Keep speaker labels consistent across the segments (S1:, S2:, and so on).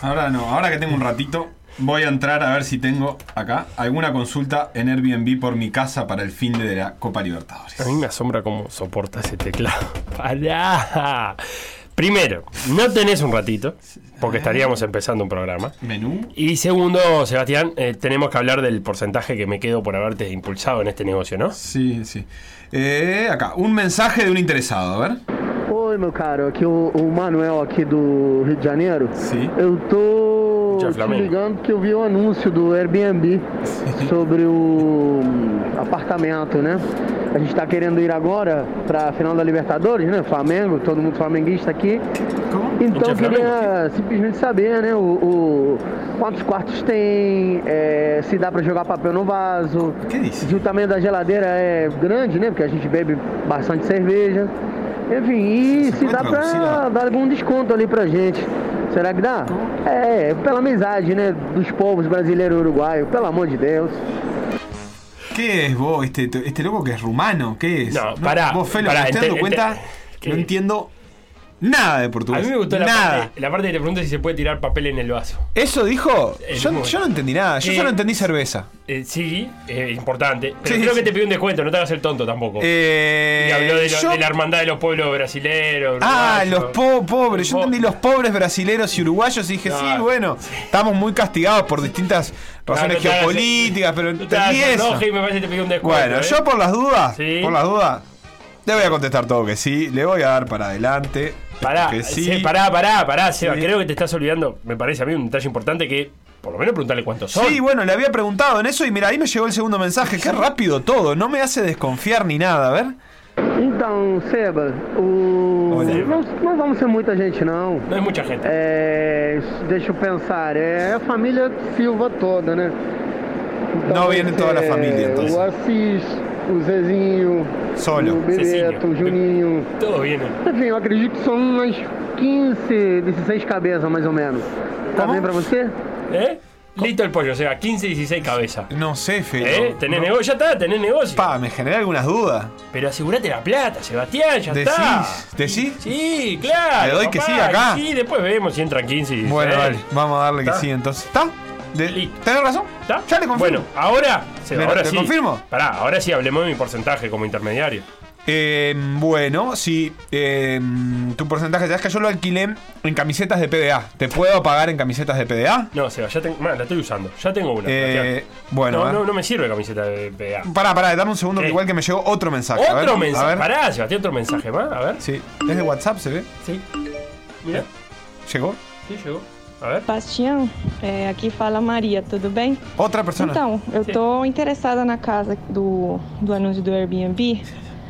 S1: Ahora no, ahora que tengo un ratito, voy a entrar a ver si tengo acá alguna consulta en Airbnb por mi casa para el fin de la Copa Libertadores.
S2: A mí me asombra cómo soporta ese teclado. ¡Pará! Primero, no tenés un ratito, porque estaríamos empezando un programa.
S1: Menú.
S2: Y segundo, Sebastián, eh, tenemos que hablar del porcentaje que me quedo por haberte impulsado en este negocio, ¿no?
S1: Sí, sí. Eh, acá, un mensaje de un interesado, a ver.
S3: Oi, meu caro, aqui o, o Manuel aqui do Rio de Janeiro.
S1: Sim.
S3: Eu tô
S2: Já
S3: te
S2: Flamengo.
S3: ligando porque eu vi um anúncio do Airbnb sobre o hum, apartamento, né? A gente tá querendo ir agora pra final da Libertadores, né? Flamengo, todo mundo flamenguista aqui.
S1: ¿Cómo?
S3: Então
S2: Já
S3: eu queria simplesmente saber, né, o, o- quantos quartos tem, é, se dá pra jogar papel no vaso.
S1: ¿Qué dice?
S3: E o é tamanho da geladeira é grande, né? Porque a gente bebe bastante cerveja. Enfim, e
S1: Você
S3: se
S1: foi
S3: dá pra
S1: traduzida?
S3: dar algum desconto ali pra gente. Será que dá? É, pela amizade, né? Dos povos brasileiro e uruguaio, pelo amor de Deus.
S1: ¿Qué es vos, este, este loco que es rumano? ¿Qué es?
S2: No, pará,
S1: Vos, Felo,
S2: pará,
S1: ¿me estás
S2: ente-
S1: dando cuenta?
S2: ente-
S1: No
S2: ¿Qué?
S1: entiendo nada de
S2: A
S1: portugués.
S2: mí me gustó la
S1: nada.
S2: parte, la parte que te pregunto si se puede tirar papel en el vaso.
S4: ¿Eso dijo?
S2: Eh,
S4: Yo,
S2: bueno.
S4: yo no entendí nada. Yo
S2: Eh,
S4: solo entendí cerveza.
S2: Eh, sí, eh, importante. Pero
S4: Sí,
S2: creo
S4: sí.
S2: que te pidió un descuento, no te hagas el tonto tampoco.
S4: Eh,
S2: y habló de, lo-
S4: yo-
S2: de la hermandad de los pueblos brasileros.
S4: Ah,
S2: uruguayos.
S4: los po- pobres. Yo
S2: Po-
S4: entendí los pobres brasileros y uruguayos y dije,
S2: No.
S4: sí, bueno, estamos muy castigados por distintas razones
S2: no te hagas-
S4: geopolíticas, pero
S2: No te hagas
S4: entendí
S2: el
S4: eso.
S2: enoje y me parece que te pidió un descuento.
S4: Bueno,
S2: eh.
S4: yo por las dudas,
S2: Sí.
S4: por las dudas, le voy a contestar todo que sí, le voy a dar para adelante.
S2: Pará,
S4: que sí.
S2: se- pará, pará, pará, Seba.
S4: Sí.
S2: Creo que te estás olvidando, me parece a mí, un detalle importante que, por lo menos, preguntarle cuántos son.
S4: Sí, bueno, le había preguntado en eso y mira, ahí me llegó el segundo mensaje. Qué rápido todo, no me hace desconfiar ni nada, a ver.
S3: Então, Seba, o.
S2: Olha aí.
S3: Não, não vamos ser muita gente, não.
S2: No hay mucha gente.
S3: É. Deixa eu pensar, é a família Silva toda, né?
S4: Não, viene toda a
S3: é,
S4: família, então.
S3: O Assis, o Zezinho, o
S4: Solo.
S3: Bebeto,
S2: Zezinho.
S3: o Juninho.
S2: Todos vienen.
S3: Enfim, eu acredito que são umas 15, 16 cabeças mais ou menos. Tá
S4: Como?
S3: bem pra você?
S2: ¿Eh? Listo el pollo, o sea, 15, 16 cabezas.
S4: No sé, Fede.
S2: ¿Eh? Tenés negocio, ya está, tenés negocio.
S4: Pa, me generé algunas dudas.
S2: Pero asegurate la plata, Sebastián, ya está.
S4: ¿Decís? ¿Decís?
S2: Sí, claro.
S4: Le doy que
S2: papá,
S4: sí acá.
S2: Sí, después vemos si entran 15 y 16.
S4: Bueno, dale, vamos a darle que
S2: ¿Está?
S4: sí entonces. ¿Está? De-
S2: Listo.
S4: ¿Tenés razón?
S2: ¿Está?
S4: Ya le confirmo.
S2: Bueno, ahora, Seba,
S4: ¿Le-
S2: ahora
S4: le
S2: sí.
S4: confirmo?
S2: Pará, ahora sí hablemos de mi porcentaje como intermediario.
S4: Eh, bueno, sí. eh, tu porcentaje, sabes que yo lo alquilé en camisetas de PDA. ¿Te puedo pagar en camisetas de PDA?
S2: No, Seba, ya tengo. man, Ah, la estoy usando. Ya tengo una.
S4: Eh,
S2: Sebastián.
S4: bueno,
S2: No,
S4: eh.
S2: no, no me sirve camiseta de PA.
S4: Pará, pará, dame un segundo, que
S2: ¿Qué?
S4: igual que me llegó otro mensaje. A ver,
S2: Otro
S4: A
S2: mensaje.
S4: ver.
S2: Pará, Sebastián, otro mensaje más. A ver.
S4: Sí, es de WhatsApp, se ve.
S2: Sí. Mira,
S4: Llegó.
S2: sí llegou. A ver.
S5: Bastião, é, aqui fala Maria, tudo bem?
S4: Otra persona.
S5: Então, eu
S2: Sim.
S5: tô interessada na casa do, do anúncio do Airbnb.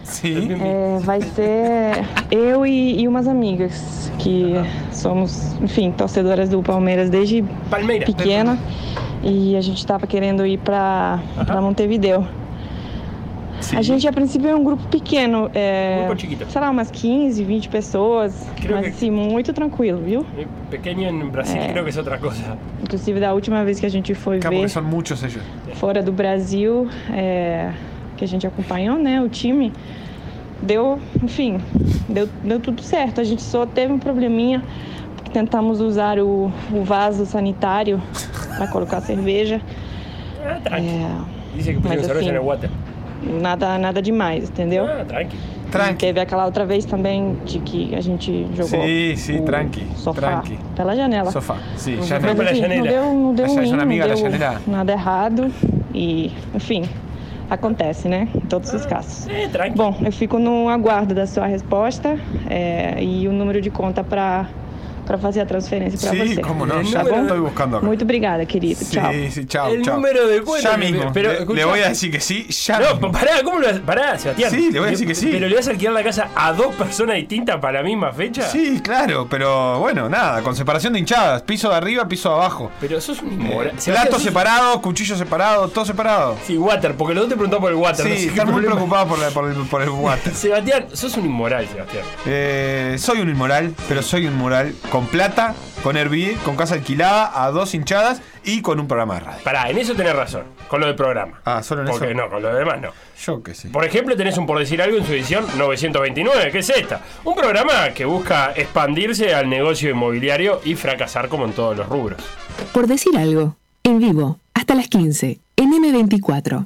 S4: Sí.
S5: É, vai ser eu e, e umas amigas que somos, enfim, torcedoras do Palmeiras desde
S2: Palmeiras.
S5: pequena e a gente tava querendo ir pra, pra Montevideo. A gente, a princípio, é um grupo pequeno, é,
S2: Grupo chiquito.
S5: sei lá, umas 15, 20 pessoas,
S2: Creio
S5: mas
S2: que-
S5: assim, muito tranquilo, viu?
S2: Eh, Pequeño en Brasil
S5: Eh.
S2: creo que es otra cosa.
S5: Inclusive, da última vez que a gente foi
S4: Acá
S5: ver,
S4: porque son muchos ellos.
S5: fora do Brasil, é, que a gente acompanhou, né, o time, deu, enfim, deu, deu tudo certo. A gente só teve um probleminha, porque tentamos usar o, o vaso sanitário para colocar a cerveja.
S2: Ah, tranqui.
S5: É,
S2: Dice que pusieron
S5: Mas
S2: cerveza
S5: assim,
S2: en el water.
S5: nada, nada demais, entendeu?
S2: Ah, tranqui.
S5: E
S4: Tranqui.
S5: teve aquela outra vez também de que a gente jogou
S4: Sim, sim,
S5: o
S4: tranqui,
S5: sofá
S4: tranqui.
S5: pela janela.
S4: Sofá. Sí, ya
S2: Fue
S5: Mas,
S4: no.
S2: pela
S5: enfim, não
S2: janela.
S5: deu, não deu
S4: A
S5: ruim,
S4: janela,
S5: não
S4: amiga, a
S5: deu
S4: janela.
S5: nada errado e, enfim, acontece, né? Em todos os casos.
S2: Eh, tranqui.
S5: Bom, eu fico no aguardo da sua resposta é, e o número de conta para para fazer a transferência para
S4: Sí,
S5: você. Tá
S4: cómo no,
S2: El
S4: ya
S2: número-
S4: estoy buscando acá.
S5: Muito obrigada, querido. Tchau.
S4: Sí, sí, chao.
S2: El
S4: chao.
S2: número de cuenta
S4: Ya
S2: que-
S4: mismo.
S2: pero,
S4: le,
S2: escuchá.
S4: le voy a decir que sí, ya
S2: No,
S4: mismo.
S2: pa- pará, ¿cómo lo vas- Pará, Sebastián.
S4: Sí, le voy a decir que sí.
S2: ¿Pero le vas a alquilar la casa a dos personas distintas para la misma fecha?
S4: Sí, claro, pero bueno, nada, con separación de hinchadas, piso de arriba, piso de abajo.
S2: Pero sos un
S4: Eh,
S2: inmoral.
S4: plato separado, cuchillo separado, todo separado.
S2: Sí, water, porque los dos te preguntaron por el water. no sé
S4: Sí,
S2: qué
S4: están muy
S2: problema.
S4: preocupados por, la- por el, por el water.
S2: Sebastián, sos un inmoral, Sebastián.
S4: Eh, soy un inmoral, pero soy un moral Con plata, con Airbnb, con casa alquilada, a dos hinchadas y con un programa de radio.
S2: Pará, en eso tenés razón, con lo del programa.
S4: Ah, solo en
S2: Porque
S4: eso.
S2: no, con lo demás no.
S4: Yo qué sé.
S2: Por ejemplo, tenés un Por Decir Algo en su edición 929, que es esta. Un programa que busca expandirse al negocio inmobiliario y fracasar como en todos los rubros.
S6: Por decir algo, en vivo, hasta las 15, en M24.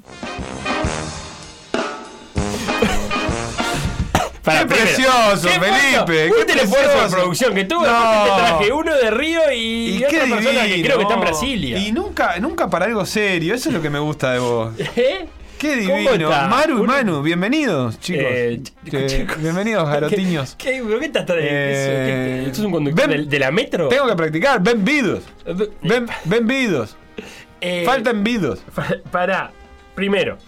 S2: Pará,
S4: ¡Qué precioso,
S2: ¿Qué esfuerzo?
S4: Felipe!
S2: Un
S4: ¡Qué
S2: telefuerzo de
S4: precioso!
S2: producción que tuve.
S4: No.
S2: Te traje uno de Río y,
S4: Y
S2: otra persona que
S4: divino.
S2: creo que está en Brasilia.
S4: Y nunca, nunca para algo serio. Eso es lo que me gusta de vos.
S2: ¿Eh?
S4: Qué
S2: ¿Cómo
S4: divino.
S2: está?
S4: Maru y
S2: Un-
S4: Manu, bienvenidos, chicos.
S2: Eh, ch-
S4: Eh,
S2: chicos.
S4: Bienvenidos, garotiños.
S2: ¿Qué, qué, pero qué estás tra-
S4: Eh,
S2: eso? ¿Qué- ¿Esto es un conductor
S4: ven-
S2: del- de, la metro?
S4: Tengo que practicar. Bienvenidos. Ven, bienvenidos.
S2: Eh,
S4: Falta envidos.
S2: pa- Pará. Primero.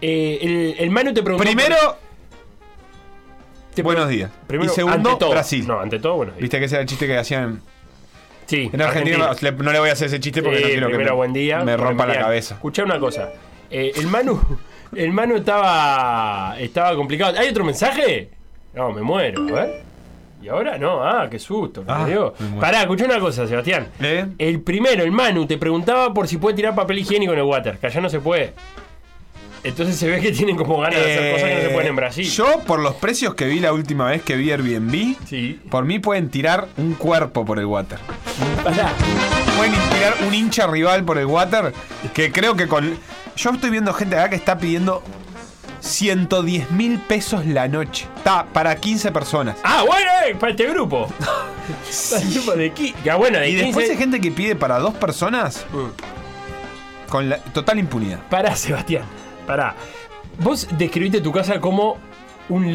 S2: eh, el, el Manu te preguntó.
S4: Primero,
S2: te preguntó-
S4: buenos días.
S2: primero,
S4: y segundo,
S2: ante todo.
S4: Brasil.
S2: No, ante todo, buenos días.
S4: Viste que ese era el chiste que hacían
S2: Sí,
S4: en Argentina. le- No le voy a hacer ese chiste porque
S2: Eh,
S4: no quiero que
S2: primero,
S4: me,
S2: buen día.
S4: me rompa
S2: Buen
S4: la
S2: día.
S4: cabeza.
S2: Escuchá una cosa. Eh, el Manu. El Manu estaba. Estaba complicado. ¿Hay otro mensaje? No, me muero, a ver. ¿Y ahora? No, ah, qué susto.
S4: Ah,
S2: me dio.
S4: me muero.
S2: Pará, escuchá una cosa, Sebastián.
S4: ¿Eh?
S2: El primero, el Manu, te preguntaba por si puede tirar papel higiénico en el water, que allá no se puede. Entonces se ve que tienen como ganas de hacer cosas que no se
S4: Eh,
S2: pueden en Brasil.
S4: Yo, por los precios que vi la última vez que vi Airbnb,
S2: Sí.
S4: por mí pueden tirar un cuerpo por el water.
S2: Pará.
S4: Pueden tirar un hincha rival por el water, que creo que con... Yo estoy viendo gente acá que está pidiendo 110 mil pesos la noche. Está para 15 personas.
S2: Ah, bueno, eh, para este grupo. Para el grupo de qui- Ya, bueno, de
S4: Y después
S2: 15.
S4: hay gente que pide para dos personas
S2: Mm.
S4: con la total impunidad.
S2: Pará, Sebastián. Pará. Vos describiste tu casa como un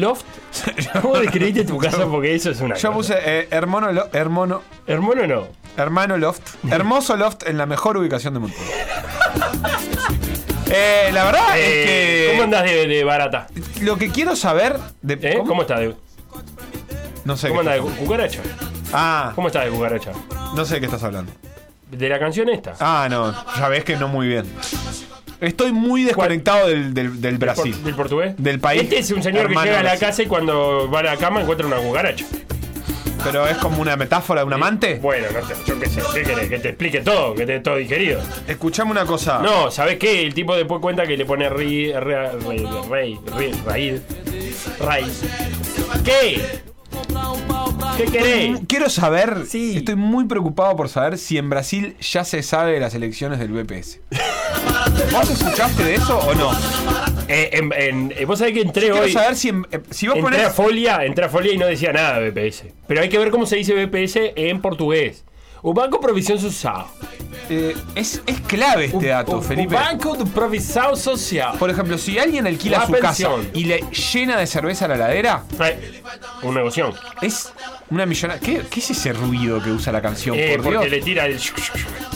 S2: loft. ¿Cómo describiste tu casa? Porque eso es una.
S4: Yo
S2: cosa.
S4: puse eh, hermano, lo- hermano,
S2: Hermano, no.
S4: hermano loft. Hermoso loft en la mejor ubicación de Montevideo. Eh, la verdad
S2: Eh,
S4: es que...
S2: ¿Cómo andás de, de barata?
S4: Lo que quiero saber de
S2: ¿Eh? ¿Cómo,
S4: ¿cómo?
S2: estás de,
S4: no sé.
S2: ¿Cómo
S4: qué
S2: andás de
S4: estás-
S2: cu- cucaracha?
S4: Ah,
S2: ¿Cómo estás de cucaracha?
S4: no sé de qué estás hablando.
S2: De la canción esta.
S4: Ah, no, ya ves que no muy bien. Estoy muy desconectado del, del- del
S2: Por-
S4: Brasil.
S2: ¿Del portugués?
S4: Del país.
S2: Este es un señor que
S4: Hermano
S2: llega a la
S4: Brasil.
S2: casa y cuando va a la cama encuentra una cucaracha.
S4: Pero es como una metáfora de un amante.
S2: Bueno, no sé, yo qué sé, ¿qué querés? Que te explique todo, que te dé todo digerido.
S4: Escuchame una cosa.
S2: No, ¿sabés qué? El tipo después cuenta que le pone ri, re- re- rey, rey, raíz, raíz. ¿Qué? ¿Qué querés?
S4: Quiero saber,
S2: Sí.
S4: estoy muy preocupado por saber si en Brasil ya se sabe de las elecciones del BPS. ¿Vos escuchaste de eso o no?
S2: Eh, en- en- eh, vos sabés que entré
S4: Quiero
S2: hoy,
S4: saber si, en- eh, si vos
S2: entré a
S4: ponés...
S2: Folia, entré a Folia y no decía nada de BPS. Pero hay que ver cómo se dice BPS en portugués. O Banco Provisión Social.
S4: eh, es, es clave este dato,
S2: o,
S4: Felipe.
S2: O Banco de Provisão Social.
S4: Por ejemplo, si alguien alquila
S2: La
S4: su casa
S2: pensión.
S4: y le llena de cerveza la ladera,
S2: Eh, un negocio.
S4: es una millonada. ¿Qué, qué es ese ruido que usa la canción?
S2: Eh,
S4: por
S2: porque
S4: Dios.
S2: le tira el...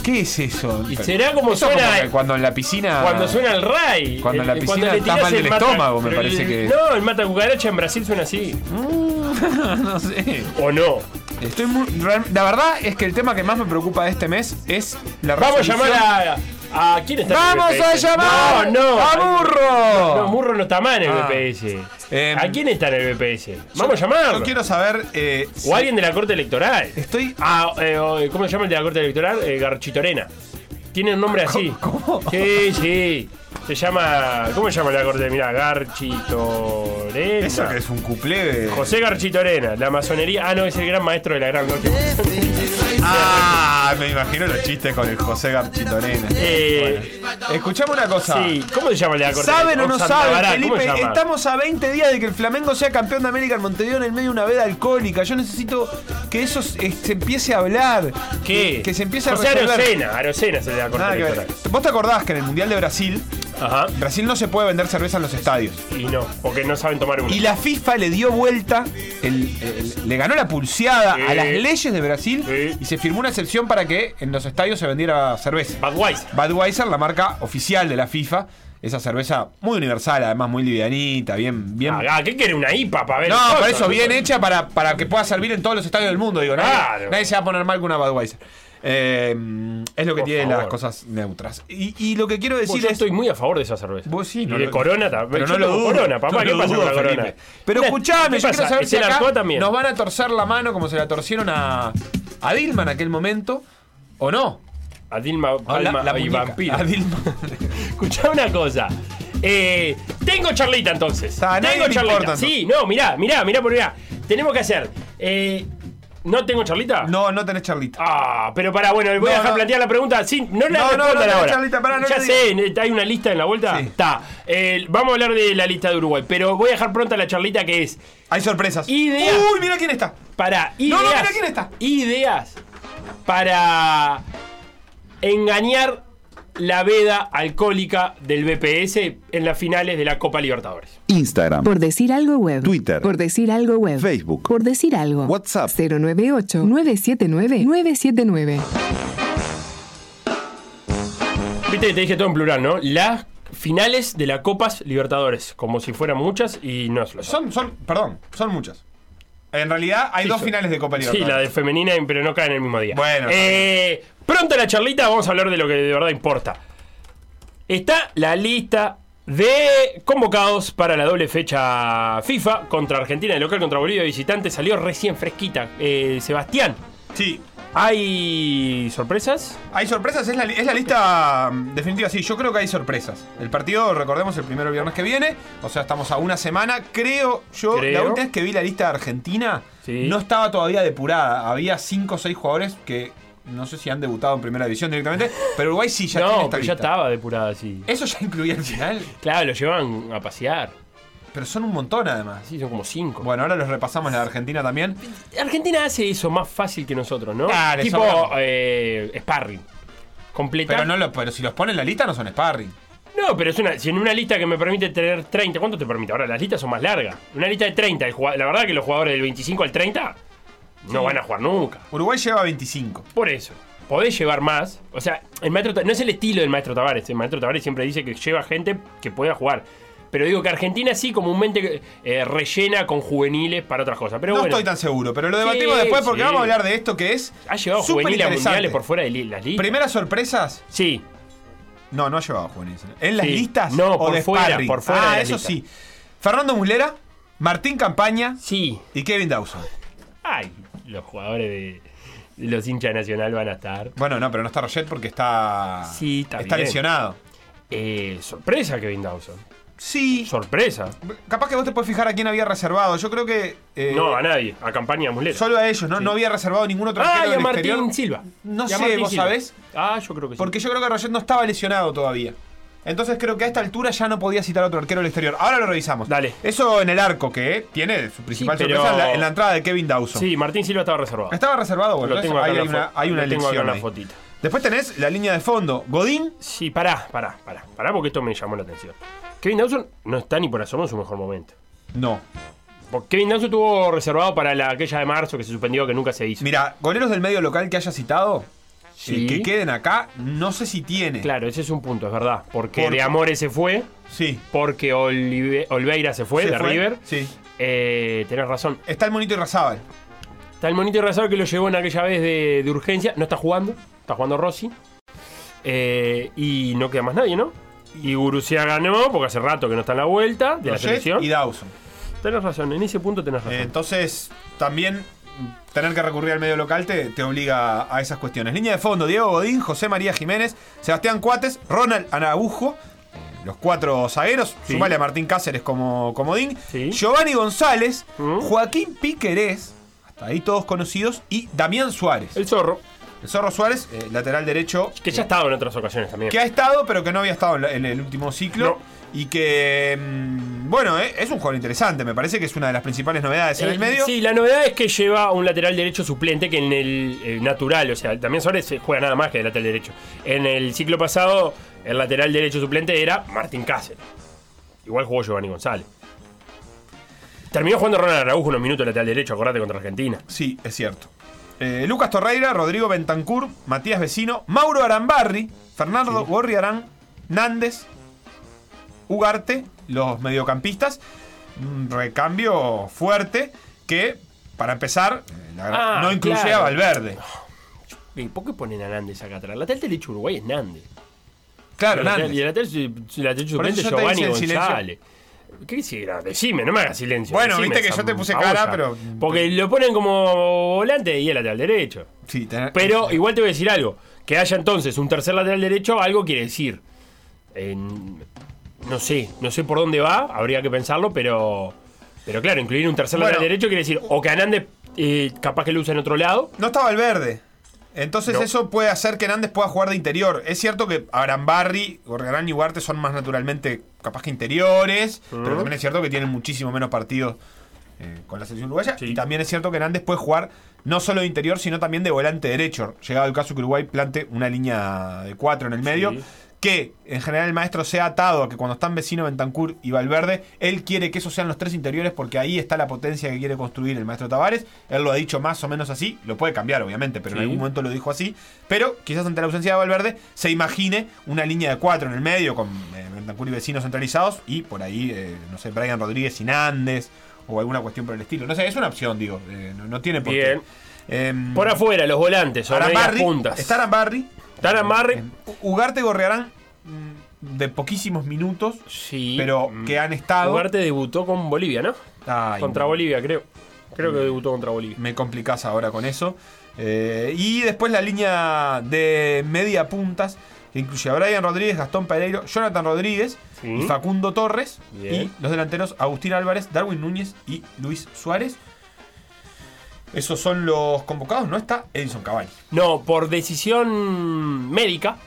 S4: ¿Qué es eso?
S2: Y será como
S4: Eso
S2: suena-
S4: que cuando en la piscina.
S2: Cuando suena el ray.
S4: Cuando
S2: El-
S4: la piscina
S2: le
S4: está
S2: tirás
S4: mal
S2: el
S4: del
S2: mata-
S4: estómago, me
S2: pero
S4: parece
S2: el-
S4: que-
S2: No, el mata cucaracha en Brasil suena así.
S4: no sé.
S2: ¿O no?
S4: Estoy muy- real- La verdad es que el tema que más me preocupa de este mes es la
S2: Vamos a
S4: resolución-
S2: llamar a. ¿A quién está en el
S4: ¡Vamos a
S2: BPS?
S4: llamar!
S2: No, no.
S4: ¡A Burro!
S2: No, Burro no está mal en el
S4: Ah.
S2: BPS.
S4: Em,
S2: ¿A quién está en el BPS? Vamos a llamarlo.
S4: Yo quiero saber. eh, si-
S2: O alguien de la Corte Electoral.
S4: Estoy.
S2: Ah, eh, o- ¿Cómo se llama el de la Corte Electoral? Eh, Garchitorena. Tiene un nombre así.
S4: ¿Cómo?
S2: Sí, sí. Se llama. ¿Cómo se llama la Corte? Mira, Garchitorena.
S4: Eso que es un cuplé de.
S2: José Garchitorena, la masonería. Ah, no, es el gran maestro de la gran noche.
S4: Ah, me imagino los chistes con el José Garchitorena.
S2: Eh,
S4: Escuchame una cosa.
S2: sí, ¿cómo se llama el de la corte?
S4: ¿Saben o no
S2: Santa
S4: saben,
S2: Bará, ¿cómo
S4: Felipe?
S2: se llama?
S4: Estamos a 20 días de que el Flamengo sea campeón de América en Montevideo en el medio de una veda alcohólica. Yo necesito que eso se eh, se empiece a hablar.
S2: ¿Qué?
S4: Que, que se empiece a
S2: José
S4: resolver.
S2: Arocena, Arocena es el de la corte
S4: Nada que ver.
S2: electoral.
S4: ¿Vos te acordás que en el Mundial de Brasil,
S2: Ajá.
S4: Brasil no se puede vender cerveza en los estadios?
S2: Y no, porque no saben tomar uno.
S4: Y la FIFA le dio vuelta, el- el- le ganó la pulseada
S2: Sí.
S4: a las leyes de Brasil
S2: Sí.
S4: y se firmó una excepción para que en los estadios se vendiera cerveza.
S2: Budweiser.
S4: Budweiser, la marca oficial de la FIFA. Esa cerveza muy universal, además muy livianita, bien, bien.
S2: Ah, ah, ¿qué quiere una IPA para ver?
S4: no,
S2: el
S4: por
S2: coso?
S4: eso, bien hecha para, para que pueda servir en todos los estadios del mundo, digo. Nadie,
S2: Claro.
S4: nadie se va a poner mal con una Budweiser. Eh, es lo que
S2: Por
S4: tiene
S2: favor.
S4: las cosas neutras. Y, y lo que quiero
S2: Vos,
S4: decir
S2: yo
S4: es.
S2: estoy muy a favor de esa cerveza.
S4: Vos sí,
S2: y
S4: no
S2: de
S4: lo-
S2: corona también.
S4: pero no lo dudo.
S2: Corona, papá,
S4: No
S2: ¿qué
S4: lo
S2: pasa
S4: dudo,
S2: con la corona?
S4: Felipe. Pero escuchame,
S2: ¿Qué
S4: yo quiero
S2: pasa?
S4: saber
S2: ¿Es
S4: si
S2: el
S4: acá
S2: arco también?
S4: nos van a torcer la mano como se la torcieron a, a Dilma en aquel momento, o no.
S2: A Dilma
S4: A la-
S2: Palma
S4: la
S2: y
S4: muñeca.
S2: vampiro.
S4: A Dilma.
S2: Escuchá una cosa. Eh, tengo charlita entonces.
S4: A Ah, nadie
S2: tengo
S4: le
S2: charlita.
S4: importa,
S2: sí, no, mirá, mirá, mirá por mirá. Tenemos que hacer. eh, ¿No tengo charlita?
S4: No, no tenés charlita.
S2: Ah, pero pará, bueno, voy
S4: No,
S2: a dejar
S4: no.
S2: plantear la pregunta. Sí, no la
S4: No, no,
S2: respondan
S4: no, no,
S2: ahora.
S4: Charlita, pará, no
S2: ya
S4: le
S2: sé, ne- hay una lista en la vuelta.
S4: Sí.
S2: Está. Eh, vamos a hablar de la lista de Uruguay, pero voy a dejar pronta la charlita que es.
S4: Hay sorpresas.
S2: Idea.
S4: Uy, mira quién está.
S2: Para
S4: No,
S2: ideas.
S4: no, mirá quién está.
S2: Ideas para engañar la veda alcohólica del BPS en las finales de la Copa Libertadores.
S7: Instagram.
S6: Por decir algo web.
S7: Twitter.
S6: Por decir algo web.
S7: Facebook.
S6: Por decir algo.
S7: WhatsApp.
S6: 098-979-979.
S2: Viste que te dije todo en plural, ¿no? Las finales de la Copas Libertadores, como si fueran muchas y no es lo
S4: Son, son, perdón, son muchas. En realidad hay
S2: Sí,
S4: dos
S2: son-
S4: finales de Copa
S2: Sí,
S4: Libertadores.
S2: la de femenina, pero no cae en el mismo día.
S4: Bueno, está
S2: Eh, pronto en la charlita vamos a hablar de lo que de verdad importa. Está la lista de convocados para la doble fecha FIFA contra Argentina, de local contra Bolivia, visitante. Salió recién fresquita. Eh, Sebastián,
S4: Sí.
S2: ¿hay sorpresas?
S4: Hay sorpresas, es la, li- es la lista mm, definitiva. Sí, yo creo que hay sorpresas. El partido, recordemos, el primero viernes que viene. O sea, estamos a una semana. Creo yo,
S2: Creo.
S4: la última vez que vi la lista de Argentina,
S2: Sí.
S4: no estaba todavía depurada. Había 5 o 6 jugadores que no sé si han debutado en primera división directamente, pero Uruguay sí ya tiene
S2: no,
S4: esta
S2: pero ya
S4: lista.
S2: estaba depurada así.
S4: Eso ya incluía el final,
S2: Claro, lo llevan a pasear.
S4: pero son un montón además.
S2: Sí, son como cinco.
S4: Bueno, ahora los repasamos la de Argentina también.
S2: Argentina hace eso más fácil que nosotros, ¿no?
S4: Ah, le
S2: tipo
S4: sobramos.
S2: eh, sparring. Completa.
S4: Pero, no lo- pero si los ponen en la lista no son sparring.
S2: No, pero es una, si en una lista que me permite tener 30, ¿cuánto te permite? Ahora las listas son más largas. Una lista de 30, el jugado- la verdad que los jugadores del 25 al 30 no van a jugar nunca.
S4: Uruguay lleva 25.
S2: Por eso, podés llevar más. O sea, el maestro Ta- no es el estilo del maestro Tavares. El maestro Tavares siempre dice que lleva gente que pueda jugar. Pero digo que Argentina sí comúnmente eh, rellena con juveniles para otras cosas. Pero
S4: no
S2: bueno,
S4: estoy tan seguro, pero lo
S2: Sí,
S4: debatimos después porque
S2: sí.
S4: vamos a hablar de esto que es.
S2: ha llevado juveniles a
S4: superinteresante.
S2: mundiales por fuera de li- las listas.
S4: Primeras sorpresas.
S2: Sí,
S4: No, no ha llevado juveniles. ¿En las
S2: Sí.
S4: listas?
S2: No,
S4: o
S2: por
S4: de
S2: fuera,
S4: sparring?
S2: por fuera
S4: Ah,
S2: de la
S4: eso
S2: lista.
S4: sí. Fernando Muslera, Martín Campaña
S2: sí.
S4: y Kevin Dawson.
S2: Ay, los jugadores de de los hinchas de nacional van a estar.
S4: Bueno, no, pero no está Roget porque está.
S2: Sí, está bien.
S4: lesionado.
S2: Eh, sorpresa Kevin Dawson.
S4: Sí.
S2: Sorpresa.
S4: Capaz que vos te puedes fijar a quién había reservado. Yo creo que. eh,
S2: no, a nadie. A campaña de Muslera.
S4: Solo a ellos, ¿no? No había reservado ningún otro
S2: ah,
S4: arquero
S2: y a
S4: del
S2: Martín
S4: exterior.
S2: Silva.
S4: No
S2: Y
S4: sé,
S2: a Martín
S4: ¿vos
S2: Silva.
S4: sabés?
S2: Ah, yo creo que sí.
S4: Porque yo creo que Roget no estaba lesionado todavía. Entonces creo que a esta altura ya no podía citar a otro arquero del exterior. Ahora lo revisamos.
S2: Dale.
S4: Eso en el arco, que tiene su principal
S2: Sí, pero-
S4: sorpresa en la, en la entrada de Kevin Dawson.
S2: Sí, Martín Silva estaba reservado.
S4: Estaba reservado, bueno,
S2: lo
S4: entonces
S2: tengo acá
S4: ahí
S2: en
S4: hay
S2: la
S4: una,
S2: fo-
S4: hay una
S2: lo tengo acá en
S4: elección.
S2: la
S4: ahí.
S2: fotita.
S4: Después tenés la línea de fondo. Godín,
S2: Sí, pará, pará, pará. Pará porque esto me llamó la atención. Kevin Dawson no está ni por asomo en su mejor momento.
S4: no.
S2: Porque Kevin Dawson tuvo reservado para la, aquella de marzo que se suspendió que nunca se hizo.
S4: Mira, goleros del medio local que haya citado,
S2: Sí.
S4: eh, que queden acá, no sé si tiene.
S2: Claro, ese es un punto, es verdad. Porque
S4: Por-
S2: de Amores se fue,
S4: Sí.
S2: porque Olive- Olveira se fue
S4: ¿Se
S2: de
S4: fue?
S2: River.
S4: Sí.
S2: Eh, tenés razón.
S4: Está el monito y Razábal.
S2: Está el monito Irrazábal que lo llevó en aquella vez de, de urgencia. No está jugando. Está jugando Rossi. Eh, y no queda más nadie, ¿no? Y Guruciaga ganó porque hace rato que no está en la vuelta de la
S4: Roget
S2: selección.
S4: y Dawson.
S2: Tenés razón, en ese punto tenés razón.
S4: Eh, entonces, también mm, tener que recurrir al medio local te, te obliga a esas cuestiones. Línea de fondo, Diego Godín, José María Jiménez, Sebastián Cuates, Ronald Anabujo, los cuatro zagueros,
S2: Sí.
S4: sumale a Martín Cáceres como comodín,
S2: Sí.
S4: Giovanni González,
S2: Mm.
S4: Joaquín Piquerés, hasta ahí todos conocidos, y Damián Suárez.
S2: el zorro,
S4: El Zorro Suárez, eh, lateral derecho,
S2: que ya ha estado en otras ocasiones también.
S4: que ha estado, pero que no había estado en la- en el último ciclo. Y que, mm, bueno, eh, es un jugador interesante, me parece que es una de las principales novedades en
S2: Eh,
S4: el medio.
S2: Sí, la novedad es que lleva un lateral derecho suplente que en el eh, natural, o sea, también Suárez se juega nada más que de lateral derecho. En el ciclo pasado, el lateral derecho suplente era Martín Cáceres. Igual jugó Giovanni González. Terminó jugando Ronald Araujo unos minutos de lateral derecho, acordate, contra Argentina.
S4: Sí, es cierto. Eh, Lucas Torreira, Rodrigo Bentancur, Matías Vecino, Mauro Arambarri, Fernando Gorriarán, Nández, Ugarte, los mediocampistas. Un recambio fuerte que, para empezar, eh, la verdad,
S2: Ah,
S4: no incluye
S2: claro.
S4: a Valverde.
S2: ¿Y por qué ponen a Nández acá atrás? La lateral derecho de Uruguay es Nández.
S4: Claro,
S2: La-
S4: Nández.
S2: Y el lateral su- lateral
S4: Por eso
S2: suplente
S4: yo te
S2: Giovanni
S4: hice el silencio.
S2: González. ¿Qué quisiera? Decime, no me hagas silencio.
S4: Bueno,
S2: decime
S4: viste que
S2: esa
S4: yo te puse
S2: babosa.
S4: cara, pero-
S2: Porque lo ponen como volante y el lateral derecho.
S4: Sí, eh, tenés-
S2: Pero igual te voy a decir algo. Que haya entonces un tercer lateral derecho, algo quiere decir. En- no sé, no sé por dónde va, habría que pensarlo, pero. Pero claro, incluir un tercer
S4: Bueno.
S2: lateral derecho quiere decir o que a Nández eh, capaz que lo usa en otro lado.
S4: No estaba el verde. Entonces
S2: No.
S4: eso puede hacer que Nández pueda jugar de interior. Es cierto que Arambarri, Gorgarán y Huarte son más naturalmente capaz que interiores,
S2: Ah.
S4: pero también es cierto que tienen muchísimo menos partidos eh, con la selección uruguaya.
S2: Sí.
S4: Y también es cierto que Nández puede jugar no solo de interior, sino también de volante derecho. Llegado el caso que Uruguay plante una línea de cuatro en el medio.
S2: Sí.
S4: Que en general el maestro sea atado a que cuando están vecino Bentancur y Valverde, él quiere que esos sean los tres interiores porque ahí está la potencia que quiere construir el maestro Tavares. Él lo ha dicho más o menos así, lo puede cambiar obviamente, pero en
S2: Sí.
S4: algún momento lo dijo así. Pero quizás ante la ausencia de Valverde se imagine una línea de cuatro en el medio con eh, Bentancur y vecinos centralizados y por ahí, eh, no sé, Brian Rodríguez y Nández o alguna cuestión por el estilo. No sé, es una opción, digo, eh, no, no tiene por
S2: Bien.
S4: qué. Em,
S2: Por afuera, los volantes, o medias
S4: Arambarri,
S2: puntas.
S4: Está Arambarri.
S2: Arambarri.
S4: Eh, Ugarte y Gorriarán mm, de poquísimos minutos,
S2: Sí.
S4: pero
S2: Mm.
S4: que han estado.
S2: Ugarte debutó con Bolivia, ¿no?
S4: Ay,
S2: contra Bolivia, creo. Creo que debutó contra Bolivia.
S4: Me complicás ahora con eso. Eh, y después la línea de media puntas, que incluye a Brian Rodríguez, Gastón Pereiro, Jonathan Rodríguez
S2: Sí.
S4: y Facundo Torres.
S2: Bien.
S4: Y los delanteros Agustín Álvarez, Darwin Núñez y Luis Suárez. Esos son los convocados, no está Edison Cavani.
S2: No, por decisión médica,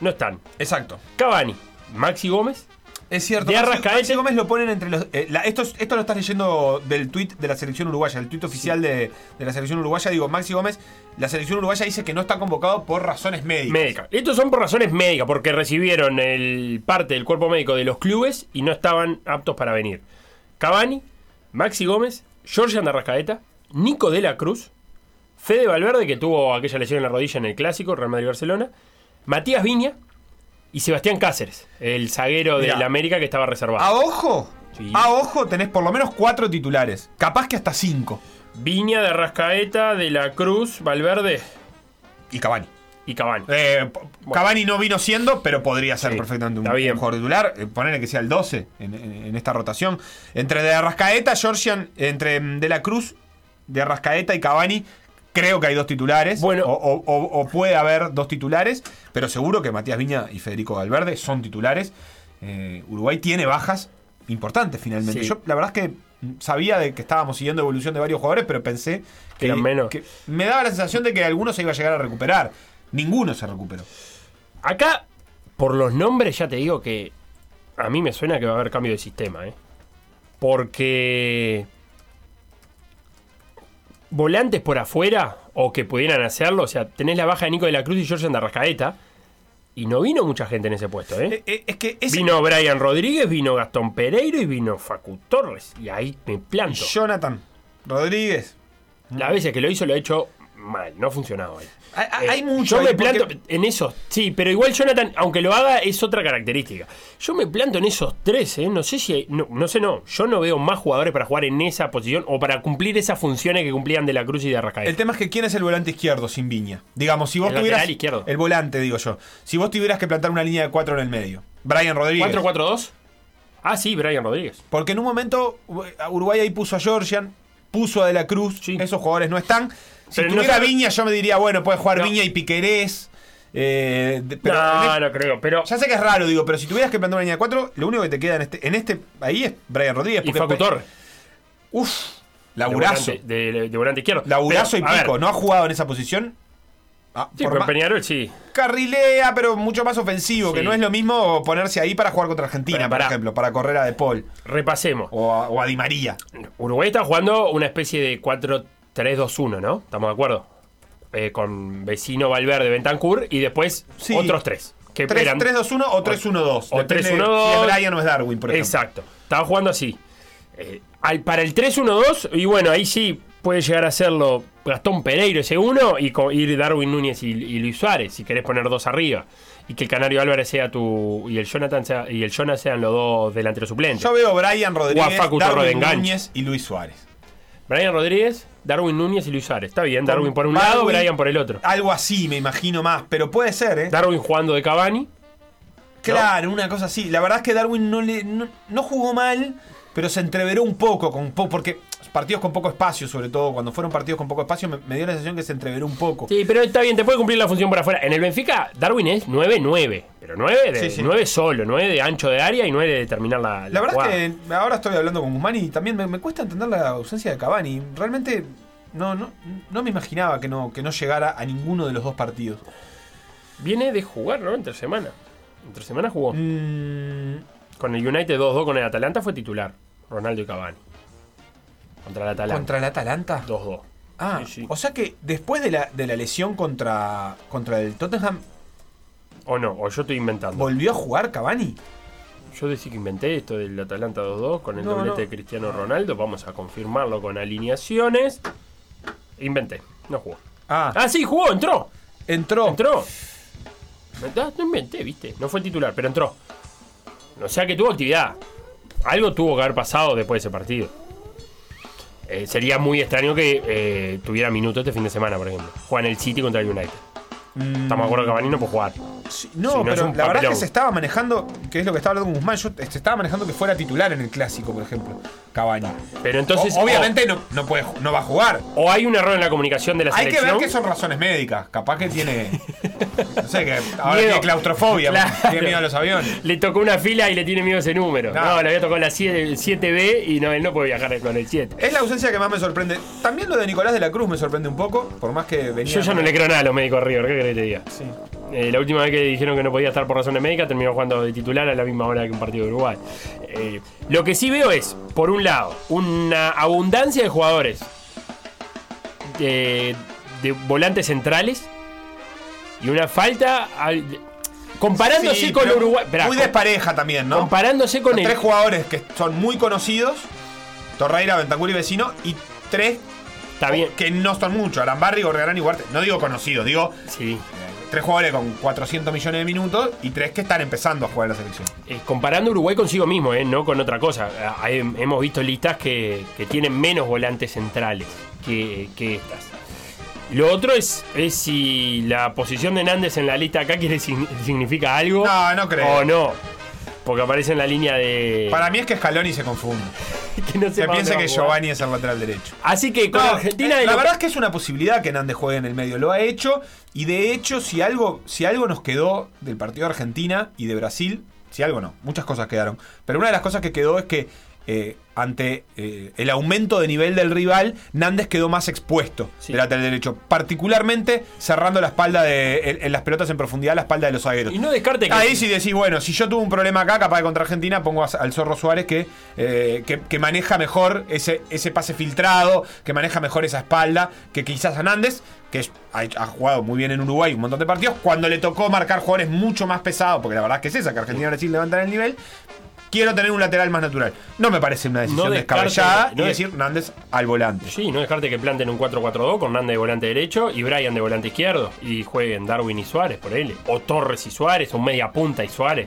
S2: no están.
S4: Exacto.
S2: Cavani, Maxi Gómez.
S4: Es cierto.
S2: De
S4: Maxi-
S2: Arrascaeta.
S4: Maxi Gómez lo ponen entre los. eh, la- esto, es- esto lo estás leyendo del tuit de la selección uruguaya, el tuit oficial de, de la selección uruguaya. Digo, Maxi Gómez, la selección uruguaya dice que no está convocado por razones médicas.
S2: Médica. Estos son por razones médicas, porque recibieron el parte del cuerpo médico de los clubes y no estaban aptos para venir. Cavani, Maxi Gómez, Georgian Arrascaeta, Nico de la Cruz, Fede Valverde, que tuvo aquella lesión en la rodilla en el clásico, Real Madrid-Barcelona, Matías Viña y Sebastián Cáceres, el zaguero
S4: Mirá.
S2: del América que estaba reservado.
S4: A ojo,
S2: Sí.
S4: a ojo tenés por lo menos cuatro titulares. Capaz que hasta cinco.
S2: Viña de Arrascaeta, de la Cruz, Valverde
S4: Y Cavani.
S2: y Cavani.
S4: Eh, p- Cavani no vino siendo, pero podría ser
S2: Sí,
S4: perfectamente un,
S2: está bien.
S4: un jugador titular. Eh, Ponerle que sea el 12 en, en- en esta rotación. Entre De Arrascaeta, Georgian, entre mm, De la Cruz, De Arrascaeta y Cavani, creo que hay dos titulares.
S2: Bueno.
S4: o, o- o- o puede haber dos titulares, pero seguro que Matías Viña y Federico Valverde son titulares. Eh, Uruguay tiene bajas importantes finalmente.
S2: Sí.
S4: Yo la verdad es que mm, sabía de que estábamos siguiendo evolución de varios jugadores, pero pensé que,
S2: Eran menos.
S4: que me daba la sensación de que alguno se iba a llegar a recuperar. Ninguno se recuperó.
S2: Acá, por los nombres, ya te digo que a mí me suena que va a haber cambio de sistema, ¿eh? Porque. Volantes por afuera, o que pudieran hacerlo, o sea, tenés la baja de Nico de la Cruz y George Andarrascaeta, y no vino mucha gente en ese puesto, ¿eh?
S4: Eh, eh, es que ese
S2: Vino Brian Rodríguez, vino Gastón Pereiro y vino Facu Torres. Y ahí me planto.
S4: Jonathan Rodríguez.
S2: Las veces que lo hizo, lo ha hecho mal. No ha funcionado ahí.
S4: Hay, hay-
S2: Eh,
S4: hay mucho.
S2: Yo me
S4: ahí, porque-
S2: planto en esos. Sí, pero igual Jonathan, aunque lo haga, es otra característica. Yo me planto en esos tres, ¿eh? No sé si. hay- no, no sé, no. Yo no veo más jugadores para jugar en esa posición o para cumplir esas funciones que cumplían de la Cruz y de Arrascaeta.
S4: El tema es que quién es el volante izquierdo sin Viña. Digamos, si vos
S2: El lateral
S4: tuvieras.
S2: izquierdo.
S4: El volante, digo yo. Si vos tuvieras que plantar una línea de cuatro en el medio. Brian Rodríguez.
S2: 4-4-2. Ah, sí, Brian Rodríguez.
S4: Porque en un momento eh, Uruguay ahí puso a Georgian, puso a De la Cruz,
S2: Sí.
S4: esos jugadores no están. Si
S2: Pero no
S4: tuviera
S2: sabe-
S4: Viña, yo me diría, bueno, puede jugar
S2: No.
S4: Viña y Piquerés. eh, de- pero en
S2: No,
S4: este-
S2: no creo. Pero.
S4: Ya sé que es raro, digo, pero si tuvieras que plantar una línea de cuatro, lo único que te queda en este, en este ahí es Brian Rodríguez.
S2: Y
S4: porque-
S2: Facu Torres.
S4: Uf,
S2: de
S4: laburazo.
S2: volante- De, de volante izquierdo.
S4: Laburazo
S2: Pero,
S4: y
S2: a ver,
S4: pico. No ha jugado en esa posición. Ah,
S2: Sí,
S4: por
S2: pero
S4: más-
S2: Peñarol sí.
S4: Carrilea, pero mucho más ofensivo, que
S2: Sí.
S4: no es lo mismo ponerse ahí para jugar contra Argentina,
S2: Pero
S4: por
S2: pará.
S4: ejemplo, para correr a De Paul
S2: Repasemos.
S4: o a, o a Di María.
S2: Uruguay está jugando una especie de 4-3-2-1, ¿no? ¿Estamos de acuerdo? Eh, con vecino Valverde, Bentancur y después
S4: Sí.
S2: otros tres. Que
S4: Tres-
S2: eran-
S4: 3-2-1 o 3-1-2.
S2: O
S4: Depende
S2: 3-1-2.
S4: Si es Brian o es Darwin, por ejemplo.
S2: Exacto. Estaba jugando así. Eh, al- para el 3-1-2, y bueno, ahí sí puede llegar a hacerlo Gastón Pereiro ese uno y co- ir Darwin Núñez y, y Luis Suárez, si querés poner dos arriba. Y que el Canario Álvarez sea tu. y el Jonathan sea- y el Jonas sean los dos delanteros suplentes.
S4: Yo veo Brian Rodríguez,
S2: Facu Torre de
S4: Darwin
S2: enganche.
S4: Núñez y Luis Suárez.
S2: Brian Rodríguez, Darwin Núñez y Luis Ares. Está bien, Darwin por un
S4: Darwin-
S2: lado, Brian por el otro.
S4: Algo así, me imagino más, pero puede ser, ¿eh?
S2: Darwin jugando de Cavani.
S4: Claro, una cosa así. La verdad es que Darwin no, le, no, no jugó mal, pero se entreveró un poco, con po- porque partidos con poco espacio, sobre todo, cuando fueron partidos con poco espacio, me, me dio la sensación que se entreveró un poco.
S2: Sí, pero está bien, te puede cumplir la función por afuera. En el Benfica, Darwin es 9-9. Pero 9 de,
S4: Sí, sí.
S2: 9 solo, 9 de ancho de área y 9 de terminar la, la
S4: La verdad
S2: jugada.
S4: es que ahora estoy hablando con Guzmán y también me, me cuesta entender la ausencia de Cavani. Realmente no, no, no me imaginaba que no, que no llegara a ninguno de los dos partidos.
S2: Viene de jugar, ¿no? Entre semana. Entre semana jugó.
S4: Mm,
S2: Con el United 2-2 con el Atalanta fue titular. Ronaldo y Cavani. Contra el Atalanta.
S4: ¿Contra el Atalanta?
S2: 2-2.
S4: Ah,
S2: Sí, sí.
S4: o sea que después de la, de la lesión contra, contra el Tottenham,
S2: O no, o yo estoy inventando.
S4: ¿volvió a jugar Cavani?
S2: Yo decía que inventé esto del Atalanta 2-2 con el
S4: No,
S2: doblete
S4: no.
S2: de Cristiano Ronaldo. Vamos a confirmarlo con alineaciones. Inventé, no jugó.
S4: Ah,
S2: Ah, sí, jugó, entró.
S4: entró.
S2: Entró. Ah, No inventé, viste. No fue titular, pero entró. O sea que tuvo actividad. Algo tuvo que haber pasado después de ese partido. Eh, sería muy extraño que eh, tuviera minutos este fin de semana, por ejemplo. Juega en el City contra el United. Estamos de acuerdo que Cavani no puede jugar.
S4: Sí, Mm, no,
S2: Sí, no, es
S4: pero
S2: un
S4: la verdad es que
S2: papelón.
S4: se estaba manejando, que es lo que estaba hablando con Guzmán, yo, se estaba manejando que fuera titular en el clásico, por ejemplo, Cavani.
S2: Pero entonces.
S4: O- obviamente no, no, puede, ju- no va a jugar.
S2: O, o hay un error en la comunicación de la
S4: Hay que
S2: selección.
S4: ver que son razones médicas. Capaz que tiene. No sé, que ahora
S2: Miedo.
S4: tiene claustrofobia.
S2: Claro.
S4: Tiene miedo a los aviones.
S2: Le tocó una fila y le tiene miedo ese número.
S4: No.
S2: No, le había tocado la 7, 7B y no, él no puede viajar con el 7.
S4: Es la ausencia que más me sorprende. También lo de Nicolás de la Cruz me sorprende un poco, por más que venía.
S2: Yo ya no le creo nada a los médicos de River, ¿qué querés que te diga?
S4: Sí.
S2: Eh, la última vez que dijeron que no podía estar por razones médicas, terminó jugando de titular a la misma hora que un partido de Uruguay. Eh, lo que sí veo es, por un lado, una abundancia de jugadores de, de volantes centrales y una falta. al- comparándose
S4: Sí,
S2: con
S4: pero
S2: Uruguay. Esperá,
S4: Muy
S2: com-
S4: despareja también, ¿no?
S2: Comparándose con
S4: Los
S2: el.
S4: Tres jugadores que son muy conocidos: Torreira, Ventacur y Vecino, y tres
S2: Está bien.
S4: que no son mucho: Arambarri, Gorriarán y Huarte. No digo conocidos, digo
S2: Sí.
S4: tres jugadores con 400 millones de minutos y tres que están empezando a jugar en la selección.
S2: Eh, comparando Uruguay consigo mismo, eh, no con otra cosa. Ah, he- hemos visto listas que, que tienen menos volantes centrales que, que estas. Lo otro es, es si la posición de Nández en la lista acá quiere signi- significa algo.
S4: No, no creo.
S2: O no. Porque aparece en la línea de.
S4: Para mí es que Scaloni se confunde.
S2: que no
S4: Se
S2: sepa
S4: piensa que
S2: dónde va a jugar.
S4: Giovanni es el lateral derecho.
S2: Así que con
S4: No,
S2: Argentina.
S4: eh,
S2: de
S4: la
S2: lo-
S4: verdad es que es una posibilidad que Nández juegue en el medio. Lo ha hecho. Y de hecho, si algo, si algo nos quedó del partido de Argentina y de Brasil, si algo no, muchas cosas quedaron. Pero una de las cosas que quedó es que eh, ante eh, el aumento de nivel del rival, Nández quedó más expuesto
S2: Sí.
S4: del lateral derecho. Particularmente cerrando la espalda de, en, en las pelotas en profundidad, la espalda de los zagueros.
S2: Y no descarte que.
S4: Ahí sí decís, bueno, si yo tuve un problema acá, capaz de contra Argentina, pongo a- al Zorro Suárez que, eh, que, que maneja mejor ese, ese pase filtrado, que maneja mejor esa espalda, que quizás Hernández, que es- ha, ha jugado muy bien en Uruguay un montón de partidos, cuando le tocó marcar jugadores mucho más pesados, porque la verdad que es esa, que Argentina y Brasil levantan el nivel, quiero tener un lateral más natural. No me parece una decisión
S2: No descarto-
S4: descabellada
S2: no
S4: y
S2: des-
S4: decir Hernández al volante.
S2: Sí, no descarte que planten un 4-4-2 con Hernández de volante derecho y Brian de volante izquierdo. Y jueguen Darwin y Suárez por él. O Torres y Suárez, o media punta y Suárez.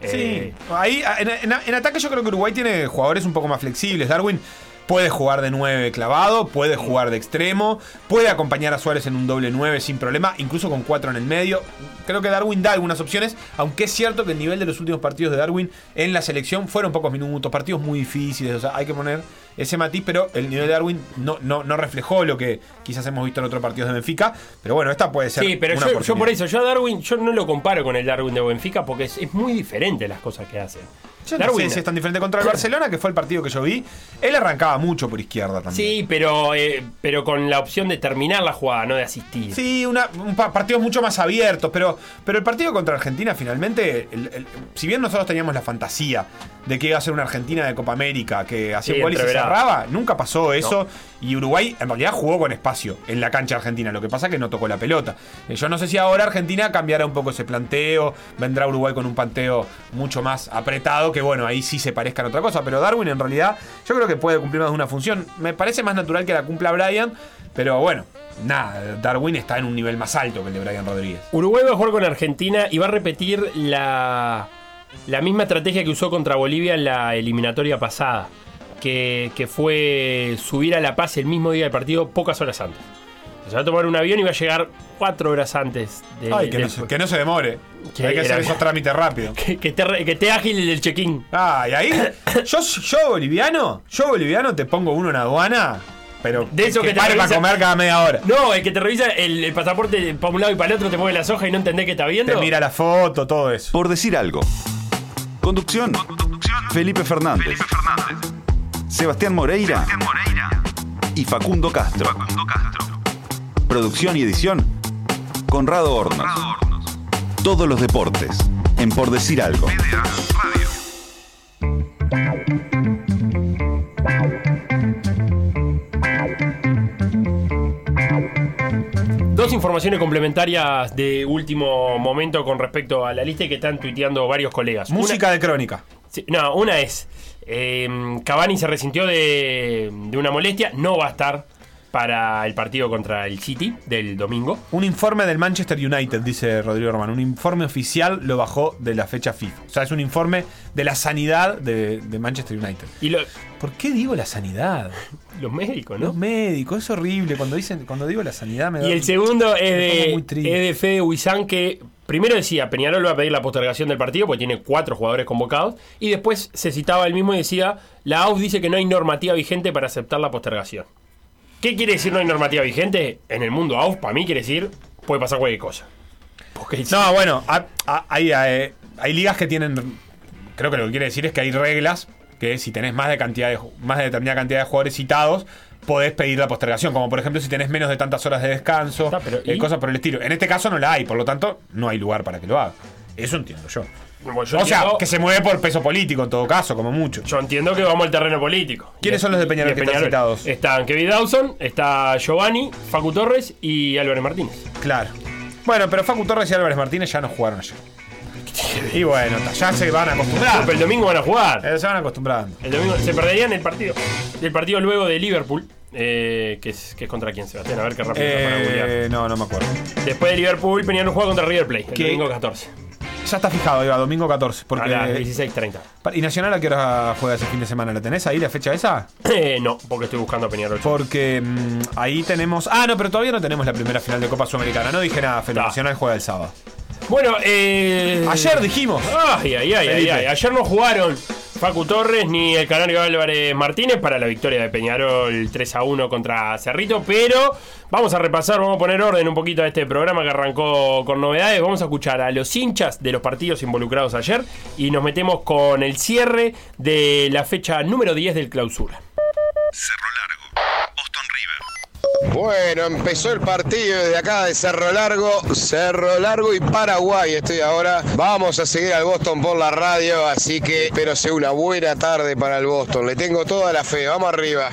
S4: Sí,
S2: Eh,
S4: ahí ah, en, en- en ataque yo creo que Uruguay tiene jugadores un poco más flexibles. Darwin puede jugar de 9 clavado, puede jugar de extremo, puede acompañar a Suárez en un doble 9 sin problema, incluso con 4 en el medio. Creo que Darwin da algunas opciones, aunque es cierto que el nivel de los últimos partidos de Darwin en la selección fueron pocos minutos, partidos muy difíciles, o sea, hay que poner ese matiz, pero el nivel de Darwin no, no, no reflejó lo que quizás hemos visto en otros partidos de Benfica, pero bueno, esta puede ser
S2: sí, pero
S4: una
S2: yo, yo por
S4: oportunidad.
S2: eso, yo a Darwin, yo no lo comparo con el Darwin de Benfica porque es, es muy diferente las cosas que hace.
S4: Yo no sé si es tan diferente contra el Barcelona, que fue el partido que yo vi. Él arrancaba mucho por izquierda también.
S2: Sí, pero, eh, pero con la opción de terminar la jugada, no de asistir.
S4: Sí, una, un pa- partidos mucho más abiertos, pero, pero el partido contra Argentina finalmente, el- el- si bien nosotros teníamos la fantasía de que iba a ser una Argentina de Copa América, que hacía
S2: Sí,
S4: un gol y se
S2: entreverado.
S4: cerraba, nunca pasó eso. Y Uruguay en realidad jugó con espacio en la cancha argentina, lo que pasa que no tocó la pelota. Eh, Yo no sé si ahora Argentina cambiará un poco ese planteo, vendrá Uruguay con un planteo mucho más apretado, que bueno, ahí sí se parezcan a otra cosa, pero Darwin en realidad yo creo que puede cumplir más de una función. Me parece más natural que la cumpla Brian, pero bueno, nada, Darwin está en un nivel más alto que el de Brian Rodríguez.
S2: Uruguay va a jugar con Argentina y va a repetir la, la misma estrategia que usó contra Bolivia en la eliminatoria pasada. que, que fue subir a La Paz el mismo día del partido, pocas horas antes. O sea, Se va a tomar un avión y va a llegar cuatro horas antes de.
S4: Ay, que,
S2: del-
S4: no se, que no se demore.
S2: Que
S4: Hay que hacer
S2: era-
S4: esos trámites rápido.
S2: que, que te, re- que te ágil el del check-in.
S4: Ah, y ahí. Yo, yo boliviano, yo boliviano te pongo uno en aduana, pero
S2: De eso que te
S4: pare para
S2: avisa-
S4: comer cada media hora.
S2: No, el que te revisa el, el pasaporte para un lado y para el otro, te mueve las hojas y no entendés que está viendo.
S4: Te mira la foto, todo eso.
S7: Por decir algo. Conducción. Felipe Fernández. Sebastián Moreira. Y Facundo Castro. Producción y edición. Conrado Hornos. Todos los deportes. En Por decir algo.
S2: Dos informaciones complementarias de último momento con respecto a la lista y que están tuiteando varios colegas. Una-
S4: Música de crónica.
S2: Sí, no, una es. eh, Cavani se resintió de, de una molestia, no va a estar para el partido contra el City del domingo.
S4: Un informe del Manchester United, dice Rodrigo Román. Un informe oficial lo bajó de la fecha FIFA. O sea, es un informe de la sanidad de, de Manchester United.
S2: Y lo-
S4: ¿Por qué digo la sanidad?
S2: los médicos,
S4: Los
S2: ¿no?
S4: médicos, es horrible. Cuando dicen, cuando digo la sanidad me da.
S2: Y el segundo es
S4: me pongo
S2: de,
S4: muy triste.
S2: es de Fede Huizán, que primero decía, Peñarol va a pedir la postergación del partido porque tiene cuatro jugadores convocados, y después se citaba él mismo y decía, la AUF dice que no hay normativa vigente para aceptar la postergación. ¿Qué quiere decir no hay normativa vigente? En el mundo AUF, para mí quiere decir, puede pasar cualquier cosa. Porque
S4: No, bueno, ha- ha- hay, eh, hay ligas que tienen. Creo que lo que quiere decir es que hay reglas que si tenés más de cantidad de, ju- más de determinada cantidad de jugadores citados, podés pedir la postergación. Como por ejemplo si tenés menos de tantas horas de descanso,
S2: Está, pero
S4: eh,
S2: ¿y?
S4: cosas por el estilo. En este caso no la hay, por lo tanto, no hay lugar para que lo haga. Eso entiendo yo.
S2: Bueno, yo
S4: o sea,
S2: entiendo-
S4: que se mueve por peso político en todo caso, como mucho.
S2: Yo entiendo que vamos al terreno político.
S4: ¿Quiénes
S2: Y-
S4: son los de Peñarol
S2: y
S4: que están citados?
S2: Están Kevin Dawson, está Giovanni, Facu Torres y Álvarez Martínez.
S4: Claro. Bueno, pero Facu Torres y Álvarez Martínez ya no jugaron ayer. Y bueno, ta, ya se van
S2: Ah,
S4: acostumbrando.
S2: pero el domingo van a jugar.
S4: Eh, Se van acostumbrando.
S2: El domingo se perderían el partido. El partido luego de Liverpool, eh, que, es, que es contra quién, Sebastián. A ver qué rápido está para googlear.
S4: Eh, no, no me acuerdo.
S2: Después de Liverpool, Peñarol juega contra River Plate. El
S4: ¿Qué?
S2: domingo 14.
S4: Ya está fijado, Iba, domingo 14.
S2: a
S4: Porque,
S2: las 16.30.
S4: Pa- ¿Y Nacional a qué hora juega ese fin de semana? ¿La tenés ahí la fecha esa?
S2: Eh, no, porque estoy buscando a Peñarol.
S4: Porque mm, ahí tenemos. Ah, no, pero todavía no tenemos la primera final de Copa Sudamericana. No dije nada, Felipe.
S2: Ta.
S4: Nacional juega el sábado.
S2: Bueno, eh,
S4: Ayer dijimos.
S2: Ay, ay, ay, ay,
S4: Felipe.
S2: ay. Ayer no jugaron Facu Torres ni el canario Álvarez Martínez para la victoria de Peñarol 3 a 1 contra Cerrito, pero vamos a repasar, vamos a poner orden un poquito a este programa que arrancó con novedades. Vamos a escuchar a los hinchas de los partidos involucrados ayer y nos metemos con el cierre de la fecha número 10 del clausura.
S8: Bueno, empezó el partido desde acá de Cerro Largo, Cerro Largo y Paraguay estoy ahora. Vamos a seguir al Boston por la radio, así que espero sea una buena tarde para el Boston. Le tengo toda la fe, vamos arriba.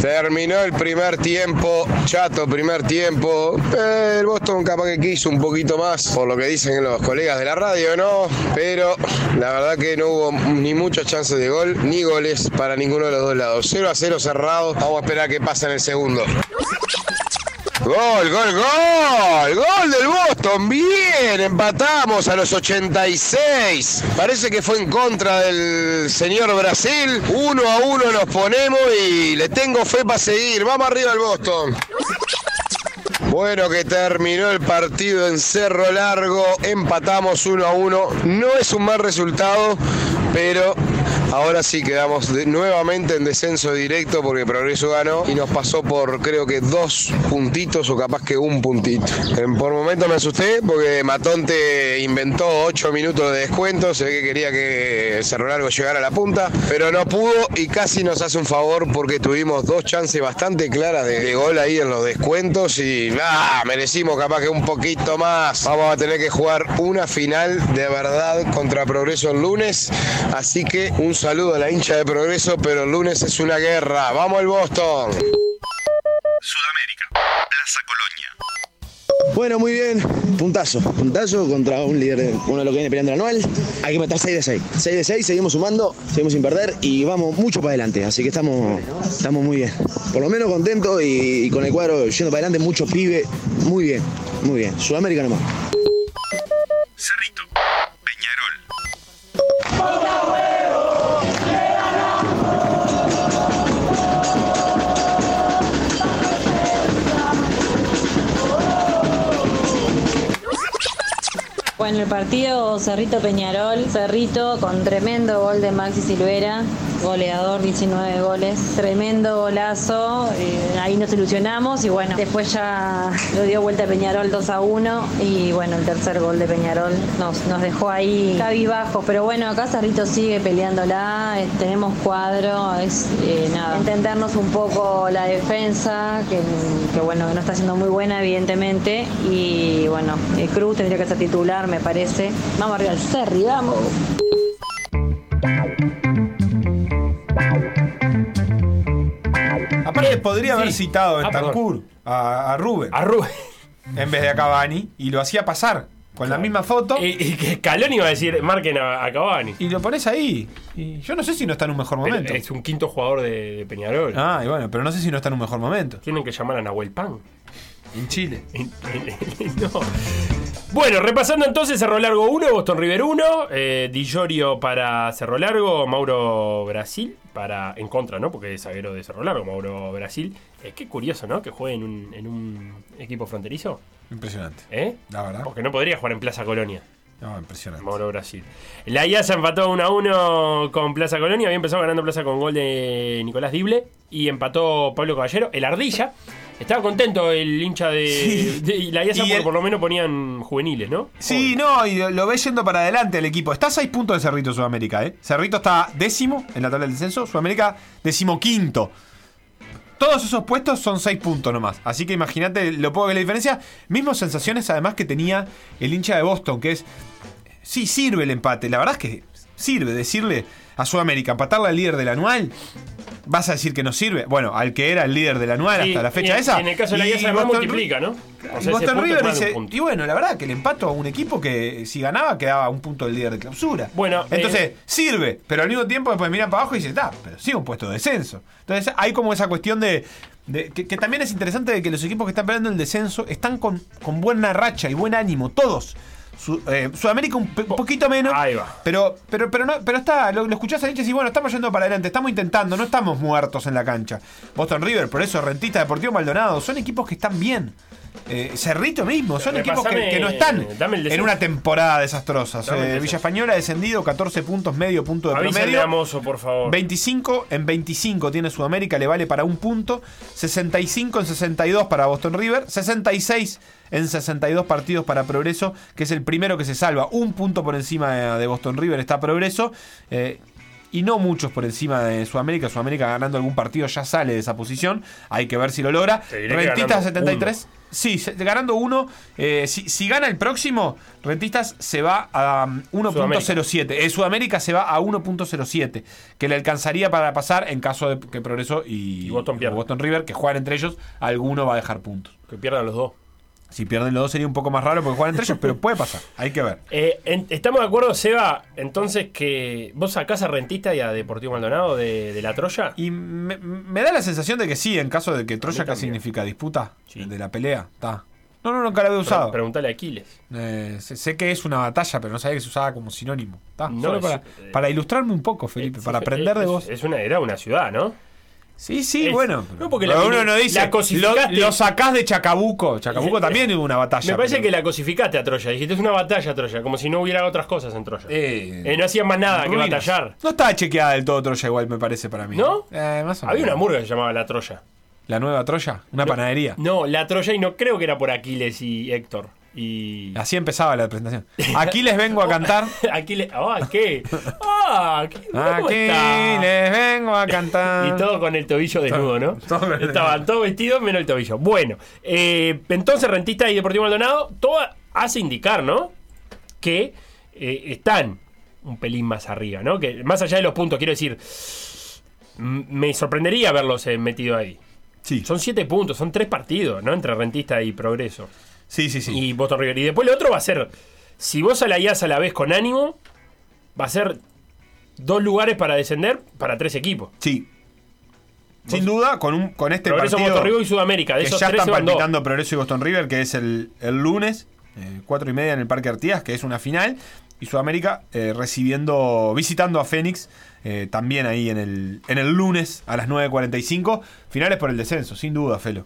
S8: Terminó el primer tiempo, chato primer tiempo. Eh, El Boston capaz que quiso un poquito más, por lo que dicen los colegas de la radio, ¿no? Pero la verdad que no hubo ni muchas chances de gol, ni goles para ninguno de los dos lados. 0 a 0 cerrado, vamos a esperar que pase en el segundo. Gol, gol, gol, gol del Boston, bien, empatamos a los 86. Parece que fue en contra del señor Brasil. Uno a uno nos ponemos y le tengo fe para seguir. Vamos arriba al Boston. Bueno, que terminó el partido en Cerro Largo, empatamos uno a uno. No es un mal resultado, pero ahora sí quedamos de- nuevamente en descenso directo porque Progreso ganó y nos pasó por creo que dos puntitos o capaz que un puntito. En- por momento me asusté porque Matonte inventó ocho minutos de descuento, se ve que quería que Cerro Largo llegara a la punta, pero no pudo y casi nos hace un favor porque tuvimos dos chances bastante claras de, de gol ahí en los descuentos y ah, merecimos capaz que un poquito más. Vamos a tener que jugar una final de verdad contra Progreso el lunes, así que un saludo a la hincha de Progreso, pero el lunes es una guerra. Vamos al Boston.
S9: Sudamérica, Plaza Colonia.
S10: Bueno, muy bien. Puntazo. Puntazo contra un líder, uno de los que viene peleando el anual. Hay que matar 6 de 6. 6 de 6, seguimos sumando, seguimos sin perder y vamos mucho para adelante. Así que estamos, estamos muy bien. Por lo menos contentos y, y con el cuadro yendo para adelante, muchos pibes. Muy bien, muy bien. Sudamérica nomás.
S9: Cerrito, Peñarol.
S11: Bueno, el partido Cerrito Peñarol, Cerrito con tremendo gol de Maxi Silvera, goleador, 19 goles, tremendo golazo, eh, ahí nos ilusionamos y bueno, después ya lo dio vuelta Peñarol 2 a 1 y bueno, el tercer gol de Peñarol nos, nos dejó ahí cabizbajo, pero bueno, acá Cerrito sigue peleándola, eh, tenemos cuadro, es eh, nada, entendernos un poco la defensa, que, que bueno, que no está siendo muy buena evidentemente y bueno, eh, Cruz tendría que ser titular me parece, vamos arriba al Cerri, vamos.
S4: Aparte, podría haber citado a
S2: Eh, Ah, perdón.
S4: Bentancur, a, a Rubén.
S2: A Rubén.
S4: En vez de a Cavani, y lo hacía pasar con la misma foto.
S2: Y, y que Scaloni iba a decir, marquen a, a Cavani.
S4: Y lo pones ahí. Y yo no sé si no está en un mejor
S2: Pero
S4: momento.
S2: es un quinto jugador de, de Peñarol.
S4: Ah, y bueno, pero no sé si no está en un mejor momento.
S2: Tienen que llamar a Nahuel Pan.
S4: En Chile.
S2: No. Bueno, repasando entonces Cerro Largo 1, Boston River 1, eh, Di Llorio para Cerro Largo, Mauro Brasil para en contra, ¿no? Porque es zaguero de Cerro Largo, Mauro Brasil. Eh, qué curioso, ¿no? Que juegue en un, en un equipo fronterizo,
S4: Impresionante.
S2: ¿eh?
S4: La verdad.
S2: Porque no podría jugar en Plaza Colonia.
S4: No, impresionante.
S2: Mauro Brasil. La IASA empató 1 a 1 con Plaza Colonia. Había empezado ganando Plaza con gol de Nicolás Dible. Y empató Pablo Caballero, el Ardilla. Estaba contento el hincha de, de- y la IASA
S4: Y
S2: porque
S4: el-
S2: por lo menos ponían juveniles, ¿no?
S4: Sí, no, y lo, lo ves yendo para adelante el equipo. Está a 6 puntos de Cerrito Sudamérica, ¿eh? Cerrito está décimo en la tabla del descenso, Sudamérica decimoquinto. Todos esos puestos son 6 puntos nomás. Así que imagínate lo poco que es la diferencia. Mismos sensaciones además que tenía el hincha de Boston, que es. Sí, sirve el empate. La verdad es que sirve decirle a Sudamérica, empatarle al líder del anual. ¿Vas a decir que no sirve? Bueno, al que era el líder del anual
S2: Sí,
S4: hasta la fecha
S2: en-
S4: esa.
S2: En el caso de la
S4: Y
S2: IASA además
S4: Boston-
S2: multiplica, ¿no? O
S4: y
S2: sea, ese
S4: Boston
S2: punto es
S4: River
S2: más de un
S4: dice,
S2: punto.
S4: y bueno, la verdad que el empato a un equipo que eh, si ganaba quedaba a un punto del líder de clausura.
S2: Bueno,
S4: Entonces,
S2: eh,
S4: sirve, pero al mismo tiempo después miran para abajo y dicen, está, pero sigue un puesto de descenso. Entonces, hay como esa cuestión de... de- que, que también es interesante de que los equipos que están peleando el descenso están con, con buena racha y buen ánimo, todos. Su- eh, Sudamérica un, pe- un poquito menos.
S2: Ahí va.
S4: Pero, pero, pero, no, pero está, lo, lo escuchás a Nietzsche y decís, bueno, estamos yendo para adelante, estamos intentando, no estamos muertos en la cancha. Boston River, por eso, Rentista, Deportivo Maldonado, son equipos que están bien. Eh, Cerrito mismo, son equipos que,
S2: Repasame,
S4: que no están
S2: dame el
S4: en
S2: descenso.
S4: una temporada desastrosa.
S2: Dame el
S4: Eh,
S2: descenso.
S4: Villa Española ha descendido 14 puntos, medio punto de
S2: Avísale a
S4: promedio.
S2: Mozo, por favor.
S4: 25 en 25 tiene Sudamérica, le vale para un punto. 65 en 62 para Boston River. 66 en 62 partidos para Progreso, que es el primero que se salva. Un punto por encima de- de Boston River está Progreso. eh, y no muchos por encima de Sudamérica. Sudamérica ganando algún partido ya sale de esa posición. Hay que ver si lo logra.
S2: Te diré que
S4: Rentistas
S2: ganando
S4: 73. Sí, se- ganando uno. eh, si, si gana el próximo, Rentistas se va a um, 1.07. Eh, Sudamérica se va a 1.07, que le alcanzaría para pasar en caso de que Progreso y,
S2: Y Boston pierda.
S4: o River, que juegan entre ellos, alguno va a dejar puntos.
S2: Que pierdan los dos.
S4: Si pierden los dos sería un poco más raro porque juegan entre ellos, pero puede pasar. Hay que ver.
S2: Eh, en- estamos de acuerdo, Seba, entonces que vos sacás a Rentista y a Deportivo Maldonado de, de la Troya.
S4: Y me, me da la sensación de que sí, en caso de que Troya, ¿qué
S2: también.
S4: significa? ¿Disputa?
S2: Sí.
S4: ¿De la pelea? Está. No, no, nunca la había usado.
S2: Preguntale a Aquiles.
S4: Eh, sé, sé que es una batalla, pero no sabía que se usaba como sinónimo. Está,
S2: No,
S4: solo
S2: es-
S4: para,
S2: eh,
S4: para ilustrarme un poco, Felipe, para
S2: Sí,
S4: aprender de
S2: es-
S4: vos.
S2: Es una, era una ciudad, ¿no?
S4: Sí, sí,
S2: es-
S4: bueno.
S2: no, porque
S4: pero
S2: la-
S4: uno no dice,
S2: la
S4: lo,
S2: cosificaste".
S4: lo sacás de Chacabuco. Chacabuco también hubo una batalla.
S2: Me parece
S4: Ah, pero-
S2: que la cosificaste a Troya. Dijiste, es una batalla a Troya, como si no hubiera otras cosas en Troya.
S4: Eh,
S2: Eh, no hacían más nada
S4: ruinas.
S2: que batallar.
S4: No estaba chequeada del todo Troya igual, me parece, para mí.
S2: ¿No?
S4: Eh, más o menos.
S2: Había una murga que se llamaba La Troya.
S4: ¿La nueva Troya? ¿Una panadería?
S2: No, La Troya y no creo que era por Aquiles y Héctor. Y...
S4: Así empezaba la presentación. Aquí les vengo a cantar.
S2: Aquiles... ¡Ah, qué! ¡Ah, qué! ¿Cómo
S4: Aquí
S2: está?
S4: les vengo a cantar.
S2: Y todo con el tobillo desnudo, ¿no?
S4: Todo con el-
S2: Estaban todos vestidos menos el tobillo. Bueno, eh, entonces Rentista y Deportivo Maldonado, todo hace indicar, ¿no? Que eh, están un pelín más arriba, ¿no? Que más allá de los puntos, quiero decir, m- me sorprendería verlos eh, metido ahí.
S4: Sí,
S2: Son siete puntos, son tres partidos, ¿no? Entre Rentista y Progreso
S4: sí, sí. sí.
S2: y Boston River. Y después lo otro va a ser, si vos a la IAS a la vez con ánimo, va a ser dos lugares para descender para tres equipos.
S4: Sí. Sin duda, con, un, con este
S2: Progreso,
S4: partido
S2: Puerto Rico y Sudamérica. De
S4: que
S2: esos
S4: ya
S2: tres
S4: están
S2: se van dos.
S4: palpitando Progreso y Boston River, que es el, el lunes, eh, cuatro y media en el Parque Artigas, que es una final. Y Sudamérica eh, recibiendo, visitando a Fénix, eh, también ahí en el, en el lunes a las 9.45. Finales por el descenso, sin duda, Felo.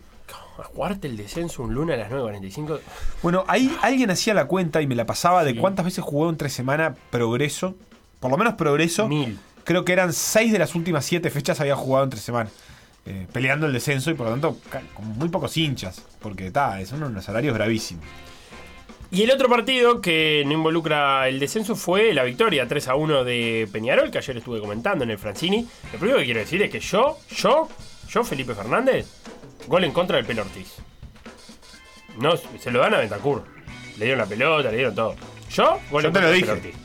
S2: A jugarte el descenso un lunes a las 9.45.
S4: Bueno, ahí
S2: Ah.
S4: alguien hacía la cuenta y me la pasaba de cuántas veces jugó entre semana Progreso. Por lo menos Progreso. Mil. Creo que eran seis de las últimas siete fechas había jugado entre semana. eh, peleando el descenso y por lo tanto ca- con muy pocos hinchas. Porque está, son unos salarios gravísimos.
S2: Y el otro partido que no involucra el descenso fue la victoria 3 a 1 de Peñarol, que ayer estuve comentando en el Francini. Lo primero que quiero decir es que yo, yo, yo, Felipe Fernández, gol en contra del Pelo Ortiz. No, se lo dan a Bentancur. Le dieron la pelota, le dieron todo. Yo, gol
S4: Yo
S2: en
S4: te
S2: contra
S4: lo
S2: del
S4: dije.
S2: Pelo Ortiz.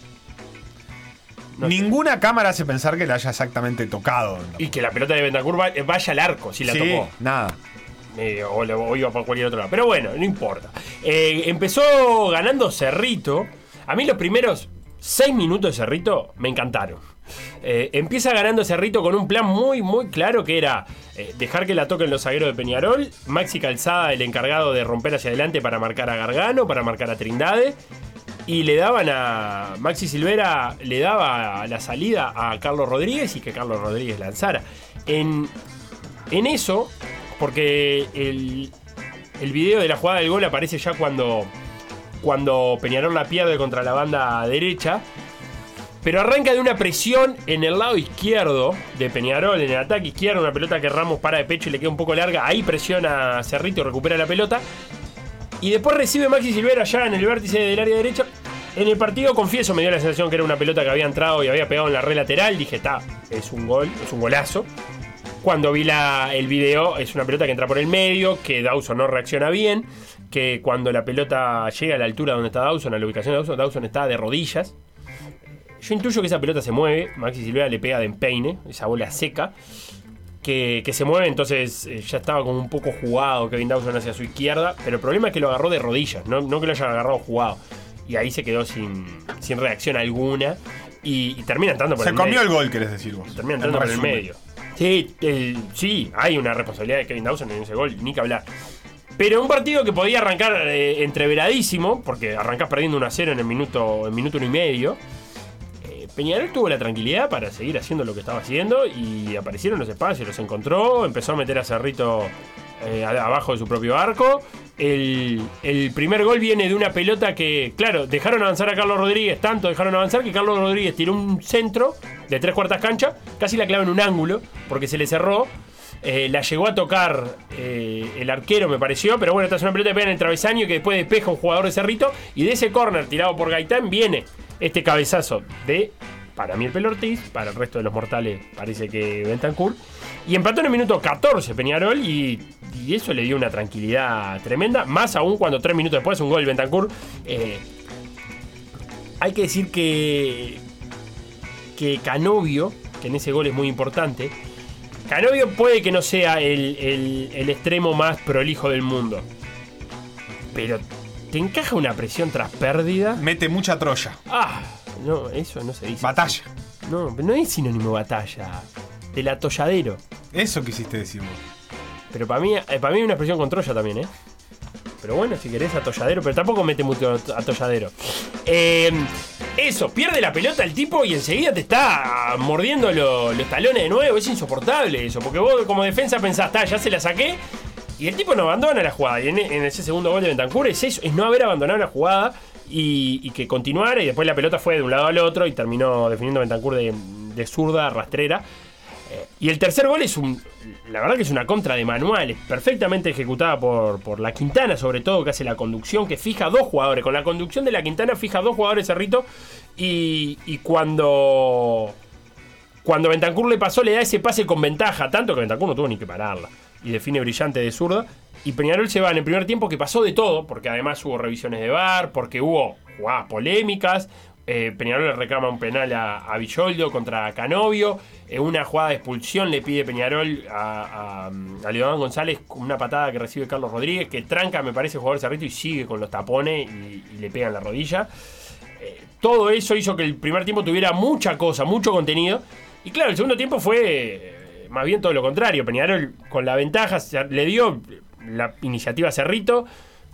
S2: No sé.
S4: Ninguna cámara hace pensar que la haya exactamente tocado.
S2: Y que la pelota de Bentancur va- vaya al arco si la
S4: Sí,
S2: tocó.
S4: Nada.
S2: Eh, o, le- o iba por cualquier otro lado. Pero bueno, no importa. Eh, empezó ganando Cerrito. A mí los primeros seis minutos de Cerrito me encantaron. Eh, empieza ganando Cerrito con un plan muy, muy claro que era eh, dejar que la toquen los zagueros de Peñarol. Maxi Calzada, el encargado de romper hacia adelante para marcar a Gargano, para marcar a Trindade. Y le daban a Maxi Silvera, le daba la salida a Carlos Rodríguez y que Carlos Rodríguez lanzara. En, en eso, porque el, el video de la jugada del gol aparece ya cuando, cuando Peñarol la pierde contra la banda derecha. Pero arranca de una presión en el lado izquierdo de Peñarol, en el ataque izquierdo, una pelota que Ramos para de pecho y le queda un poco larga. Ahí presiona a Cerrito, recupera la pelota. Y después recibe Maxi Silvera ya en el vértice del área derecha. En el partido, confieso, me dio la sensación que era una pelota que había entrado y había pegado en la red lateral. Dije, está, es un gol, es un golazo. Cuando vi la- el video, es una pelota que entra por el medio, que Dawson no reacciona bien, que cuando la pelota llega a la altura donde está Dawson, a la ubicación de Dawson, Dawson está de rodillas. Yo intuyo que esa pelota se mueve, Maxi Silvera le pega de empeine, esa bola seca, que, que se mueve, entonces eh, ya estaba como un poco jugado Kevin Dawson hacia su izquierda, pero el problema es que lo agarró de rodillas, no, no que lo haya agarrado jugado. Y ahí se quedó sin, sin reacción alguna y, y termina entrando por
S4: Se
S2: el
S4: comió
S2: medio.
S4: el gol, querés decir vos.
S2: Termina entrando
S4: En
S2: por el
S4: resumen.
S2: medio. Sí, el- sí, hay una responsabilidad de Kevin Dawson en ese gol, ni que hablar. Pero un partido que podía arrancar eh, entreveradísimo, porque arrancás perdiendo 1 a 0 en el minuto, en minuto 1 y medio. Eh, Peñarol tuvo la tranquilidad para seguir haciendo lo que estaba haciendo y aparecieron los espacios, los encontró, empezó a meter a Cerrito eh, a- abajo de su propio arco. El, el primer gol viene de una pelota que, claro, dejaron avanzar a Carlos Rodríguez, tanto dejaron avanzar que Carlos Rodríguez tiró un centro de tres cuartas cancha, casi la clava en un ángulo, porque se le cerró. Eh, la llegó a tocar eh, el arquero, me pareció, pero bueno, esta es una pelota que pega en el travesaño y que después despeja un jugador de Cerrito. Y de ese córner tirado por Gaitán viene este cabezazo de, para mí, el Pelo Ortiz, para el resto de los mortales parece que Bentancur. Y empató en el minuto 14 Peñarol y, y eso le dio una tranquilidad tremenda, más aún cuando tres minutos después un gol de Bentancur. eh, hay que decir que, que Canovio, que en ese gol es muy importante, Canovio puede que no sea el, el- el extremo más prolijo del mundo. Pero te encaja una presión tras pérdida.
S4: Mete mucha troya.
S2: Ah, no, eso no se dice. Batalla. No, no es sinónimo de batalla. Del atolladero.
S4: Eso quisiste decir vos.
S2: Pero para mí, eh, para mí hay una expresión con Troya también, ¿eh? Pero bueno, si querés atolladero, pero tampoco mete mucho at- atolladero. Eh, eso, pierde la pelota el tipo y enseguida te está mordiendo lo- los talones de nuevo. Es insoportable eso, porque vos como defensa pensás, "Ta, ya se la saqué. Y el tipo no abandona la jugada. Y en, en ese segundo gol de Bentancur es eso, es no haber abandonado la jugada y, y que continuara. Y después la pelota fue de un lado al otro y terminó definiendo Bentancur de, de zurda, rastrera. Eh, Y el tercer gol es un. La verdad que es una contra de manuales, perfectamente ejecutada por, por la Quintana, sobre todo, que hace la conducción, que fija dos jugadores. Con la conducción de la Quintana fija dos jugadores Cerrito. Y, y cuando. Cuando Bentancur le pasó, le da ese pase con ventaja, tanto que Bentancur no tuvo ni que pararla. Y define brillante de zurda. Y Peñarol se va en el primer tiempo que pasó de todo, porque además hubo revisiones de VAR, porque hubo jugadas polémicas. eh, Peñarol le reclama un penal a, a Villoldo contra Canovio. eh, una jugada de expulsión le pide Peñarol a, a, a Leodán González con una patada que recibe Carlos Rodríguez, que tranca, me parece, el jugador Cerrito y sigue con los tapones y, y le pega en la rodilla todo eso hizo que el primer tiempo tuviera mucha cosa, mucho contenido. Y claro, el segundo tiempo fue eh, más bien todo lo contrario. Peñarol con la ventaja se- le dio la iniciativa a Cerrito,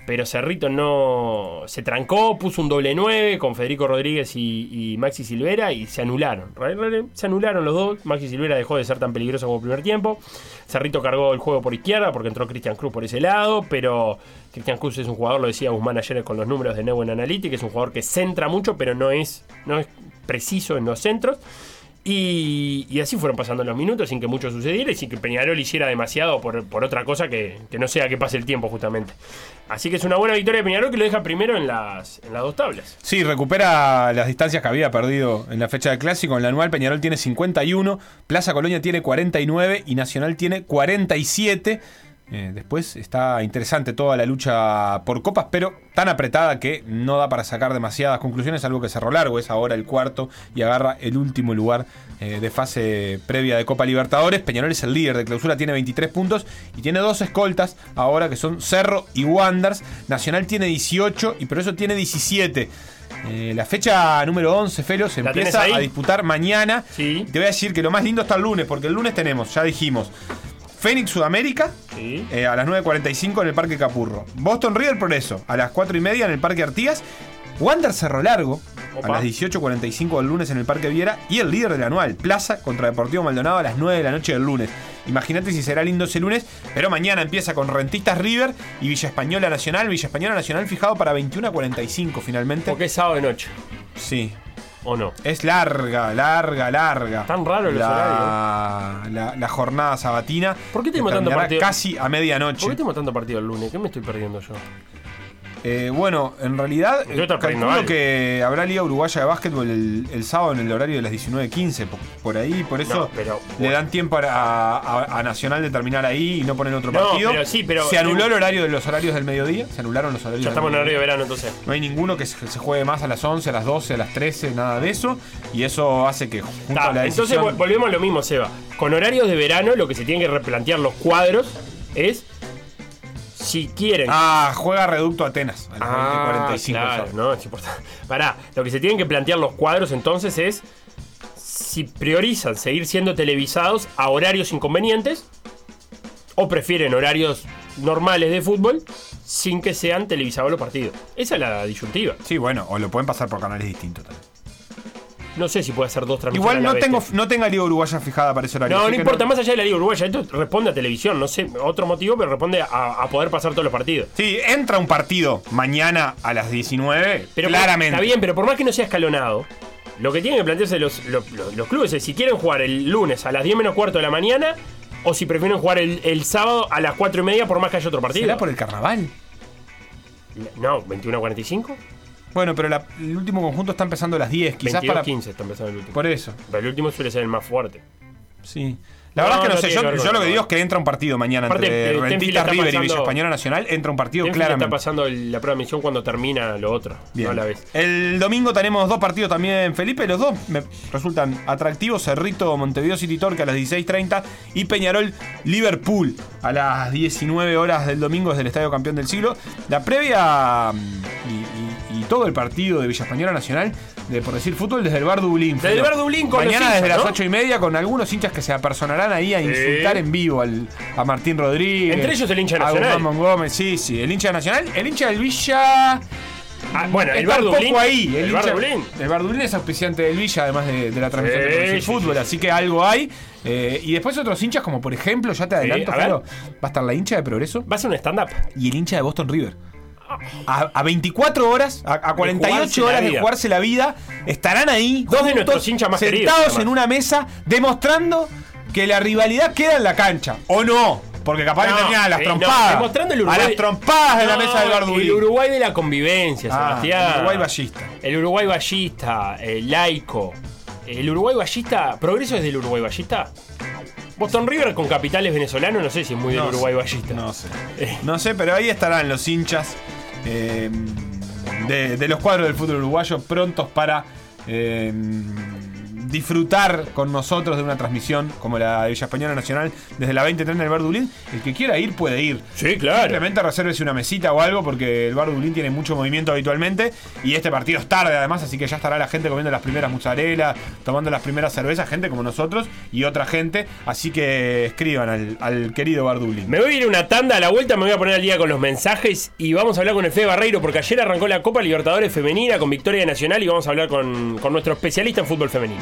S2: pero Cerrito no se trancó, puso un doble 9 con Federico Rodríguez y, y Maxi Silvera y se anularon. Re- re- Se anularon los dos, Maxi Silvera dejó de ser tan peligroso como primer tiempo. Cerrito cargó el juego por izquierda porque entró Cristian Cruz por ese lado, pero Cristian Cruz es un jugador, lo decía Guzmán ayer con los números de New en Analytics, es un jugador que centra mucho, pero no es, no es preciso en los centros. Y, y así fueron pasando los minutos sin que mucho sucediera y sin que Peñarol hiciera demasiado por, por otra cosa que, que no sea que pase el tiempo justamente. Así que es una buena victoria de Peñarol que lo deja primero en las, en las dos tablas.
S4: Sí, recupera las distancias que había perdido en la fecha del clásico. En la anual Peñarol tiene 51, Plaza Colonia tiene 49 y Nacional tiene 47. Eh, después está interesante toda la lucha por copas, pero tan apretada que no da para sacar demasiadas conclusiones, algo que Cerro Largo es ahora el cuarto y agarra el último lugar eh, de fase previa de Copa Libertadores. Peñarol es el líder de clausura, tiene 23 puntos y tiene dos escoltas ahora que son Cerro y Wanders. Nacional tiene 18 y por eso tiene 17. Eh, la fecha número 11, Felo, se
S2: ¿La tenés
S4: empieza
S2: ahí?
S4: a disputar mañana. Y Te voy a decir que lo más lindo está el lunes, porque el lunes tenemos, ya dijimos, Fénix Sudamérica eh, a las 9.45 en el Parque Capurro. Boston River Progreso a las 4.30 en el Parque Artigas. Wander Cerro Largo a las 18.45 del lunes en el Parque Viera. Y el líder del anual, Plaza contra Deportivo Maldonado a las 9 de la noche del lunes. Imagínate si será lindo ese lunes, pero mañana empieza con Rentistas River y Villa Española Nacional. Villa Española Nacional fijado para 21.45 finalmente. Porque
S2: es sábado de noche.
S4: Sí.
S2: ¿O no?
S4: Es larga, larga, larga. Tan
S2: raro los
S4: la, la, la jornada sabatina.
S2: ¿Por qué
S4: que
S2: tenemos tanto
S4: terminará
S2: partido?
S4: Casi a medianoche.
S2: ¿Por qué tenemos tanto partido el lunes? ¿Qué me estoy perdiendo yo?
S4: Eh, bueno, en realidad,
S2: Yo
S4: eh,
S2: te aprendo
S4: calculo
S2: algo.
S4: que habrá Liga Uruguaya de Básquetbol el, el sábado en el horario de las 19.15, por, por ahí, por eso
S2: No, pero,
S4: le dan tiempo a, a- a Nacional de terminar ahí y no poner otro
S2: No,
S4: partido.
S2: pero sí, pero-
S4: se anuló el horario de los horarios del mediodía, se anularon los horarios
S2: Ya
S4: del
S2: estamos en
S4: mediodía.
S2: horario de verano entonces.
S4: No hay ninguno que se se juegue más a las 11, a las 12, a las 13, nada de eso, y eso hace que junto
S2: Ta,
S4: a la
S2: entonces
S4: decisión-
S2: vol- volvemos a lo mismo, Seba. Con horarios de verano, lo que se tienen que replantear los cuadros es si quieren.
S4: Ah, juega Reducto Atenas. A las
S2: Ah,
S4: 20:45
S2: claro,
S4: sábado.
S2: no, es importante. Pará, lo que se tienen que plantear los cuadros entonces es si priorizan seguir siendo televisados a horarios inconvenientes o prefieren horarios normales de fútbol sin que sean televisados los partidos. Esa es la disyuntiva.
S4: Sí, bueno, o lo pueden pasar por canales distintos también.
S2: No sé si puede hacer dos transmisiones.
S4: Igual
S2: a la
S4: no
S2: bestia.
S4: tengo, no tenga Liga Uruguaya fijada para ese horario.
S2: este. No,
S4: así
S2: no
S4: que
S2: importa, más allá de la Liga Uruguaya, esto responde a televisión, no sé, otro motivo, pero responde a, a poder pasar todos los partidos.
S4: Sí, entra un partido mañana a las 19,
S2: Pero
S4: claramente.
S2: Está bien, pero por más que no sea escalonado, lo que tienen que plantearse los, los- los- los clubes es si quieren jugar el lunes a las 10 menos cuarto de la mañana o si prefieren jugar el, el sábado a las 4 y media por más que haya otro partido.
S4: ¿Será por el carnaval?
S2: No, 21 a 45.
S4: Bueno, pero la- el último conjunto está empezando a las 10, quizás
S2: 22
S4: para...
S2: 15 está empezando el último.
S4: Por eso.
S2: Pero el último suele ser el más fuerte.
S4: Sí. La
S2: No,
S4: verdad es que no,
S2: no
S4: sé,
S2: tiene
S4: yo,
S2: que ver con
S4: yo lo que
S2: el
S4: digo es que entra un partido mañana
S2: Aparte, eh,
S4: entre
S2: Tenfield
S4: Rentistas
S2: está
S4: River y Villa
S2: pasando-
S4: Española Nacional, entra un partido
S2: Tenfield está
S4: claramente.
S2: pasando el- la prueba de misión cuando termina lo otro,
S4: Bien.
S2: no a la vez.
S4: El domingo tenemos dos partidos también, Felipe. Los dos me resultan atractivos. Cerrito, Montevideo City Torque a las 16.30 y Peñarol, Liverpool a las 19 horas del domingo desde el Estadio Campeón del Siglo. La previa mm, y, y- y todo el partido de Villa Española Nacional, de, por decir fútbol, desde el Bar Dublín.
S2: Desde el
S4: Felo.
S2: Bar Dublín con
S4: Mañana
S2: los hinchas,
S4: desde las
S2: ¿no?
S4: 8 y media con algunos hinchas que se apersonarán ahí a insultar en vivo al, a Martín Rodríguez.
S2: Entre ellos el hincha
S4: a Guzmán
S2: nacional.
S4: Montgomery, sí, sí. El hincha nacional, el hincha del Villa...
S2: Ah, bueno, el
S4: Está
S2: Bar
S4: un
S2: Dublín.
S4: poco ahí.
S2: El Bar
S4: hincha-
S2: Dublín.
S4: El Bar Dublín es auspiciante del Villa, además de, de la transmisión
S2: Sí,
S4: de Brasil
S2: sí,
S4: Fútbol, así que algo hay. Eh, y después otros hinchas, como por ejemplo, ya te adelanto,
S2: a ver.
S4: Jero, va a estar la hincha de Progreso.
S2: Va a ser un stand-up.
S4: Y el hincha de Boston River. A, a 24 horas, a, a 48
S2: la
S4: horas de
S2: vida.
S4: jugarse la vida, estarán ahí,
S2: Dos de
S4: juntos,
S2: nuestros hinchas más queridos,
S4: sentados
S2: además.
S4: en una mesa, demostrando que la rivalidad queda en la cancha. ¿O no? Porque capaz
S2: No,
S4: que terminan a las
S2: eh, no,
S4: trompadas.
S2: demostrando el
S4: a
S2: Uruguay-
S4: las trompadas de la
S2: No,
S4: mesa del Bar
S2: El
S4: Dublín.
S2: Uruguay de la convivencia,
S4: Ah,
S2: Sebastián.
S4: el Uruguay ballista.
S2: El Uruguay ballista, el laico. El Uruguay ballista, progreso desde el Uruguay ballista. Boston River con capitales venezolanos, no sé si es muy del
S4: No sé,
S2: Uruguay ballista.
S4: No sé. No sé, pero ahí estarán los hinchas eh, de, de los cuadros del fútbol uruguayo prontos para eh, disfrutar con nosotros de una transmisión como la de Villa Española Nacional desde la 2030 del Bardulín, el que quiera ir puede ir.
S2: Sí, claro.
S4: Simplemente resérvese una mesita o algo porque el Bardulín tiene mucho movimiento habitualmente y este partido es tarde además, así que ya estará la gente comiendo las primeras mozzarella, tomando las primeras cervezas, gente como nosotros y otra gente. Así que escriban al, al querido Bardulín.
S2: Me voy a ir una tanda a la vuelta, me voy a poner al día con los mensajes y vamos a hablar con el Fede Barreiro porque ayer arrancó la Copa Libertadores Femenina con victoria de nacional y vamos a hablar con, con nuestro especialista en fútbol femenino.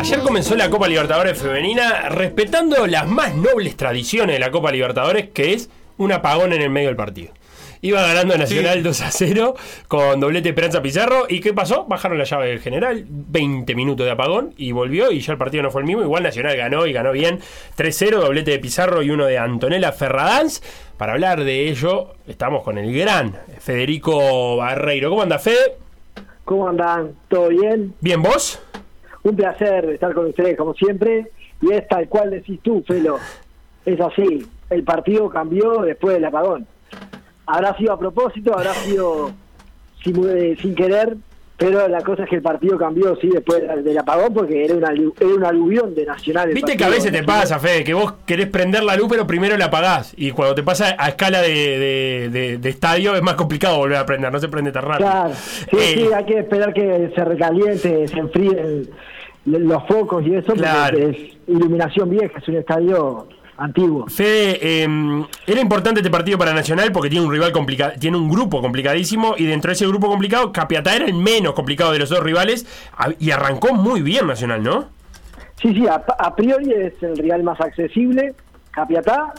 S2: Ayer comenzó la Copa Libertadores Femenina respetando las más nobles tradiciones de la Copa Libertadores, que es un apagón en el medio del partido. Iba ganando Nacional 2 a 0 con doblete Esperanza Pizarro. ¿Y qué pasó? Bajaron la llave del general, 20 minutos de apagón y volvió. Y ya el partido no fue el mismo. Igual Nacional ganó y ganó bien. 3-0, doblete de Pizarro y uno de Antonella Ferradanz. Para hablar de ello, estamos con el gran Federico Barreiro. ¿Cómo anda, Fede?
S12: ¿Cómo andan? ¿Todo bien?
S2: ¿Bien vos?
S12: Un placer estar con ustedes como siempre. Y es tal cual decís tú, Felo. Es así. El partido cambió después del apagón. Habrá sido a propósito, habrá sido sin, eh, sin querer, pero la cosa es que el partido cambió sí después del del apagón porque era, una, alu- era un aluvión de Nacional. el
S2: Viste que a
S12: partido.
S2: veces te pasa, Fede, que vos querés prender la luz, pero primero la apagás. Y cuando te pasa a escala de, de- de- de estadio, es más complicado volver a prender, no se prende tan rápido.
S12: Claro. Sí,
S2: Eh,
S12: sí, hay que esperar que se recaliente, se enfríen los focos y eso, porque
S2: Claro.
S12: es iluminación vieja, es un estadio antiguo.
S2: Fede, eh, era importante este partido para Nacional porque tiene un rival complicado, tiene un grupo complicadísimo y dentro de ese grupo complicado, Capiatá era el menos complicado de los dos rivales a- y arrancó muy bien Nacional, ¿no?
S12: Sí, sí, a, a priori es el Real más accesible, Capiatá,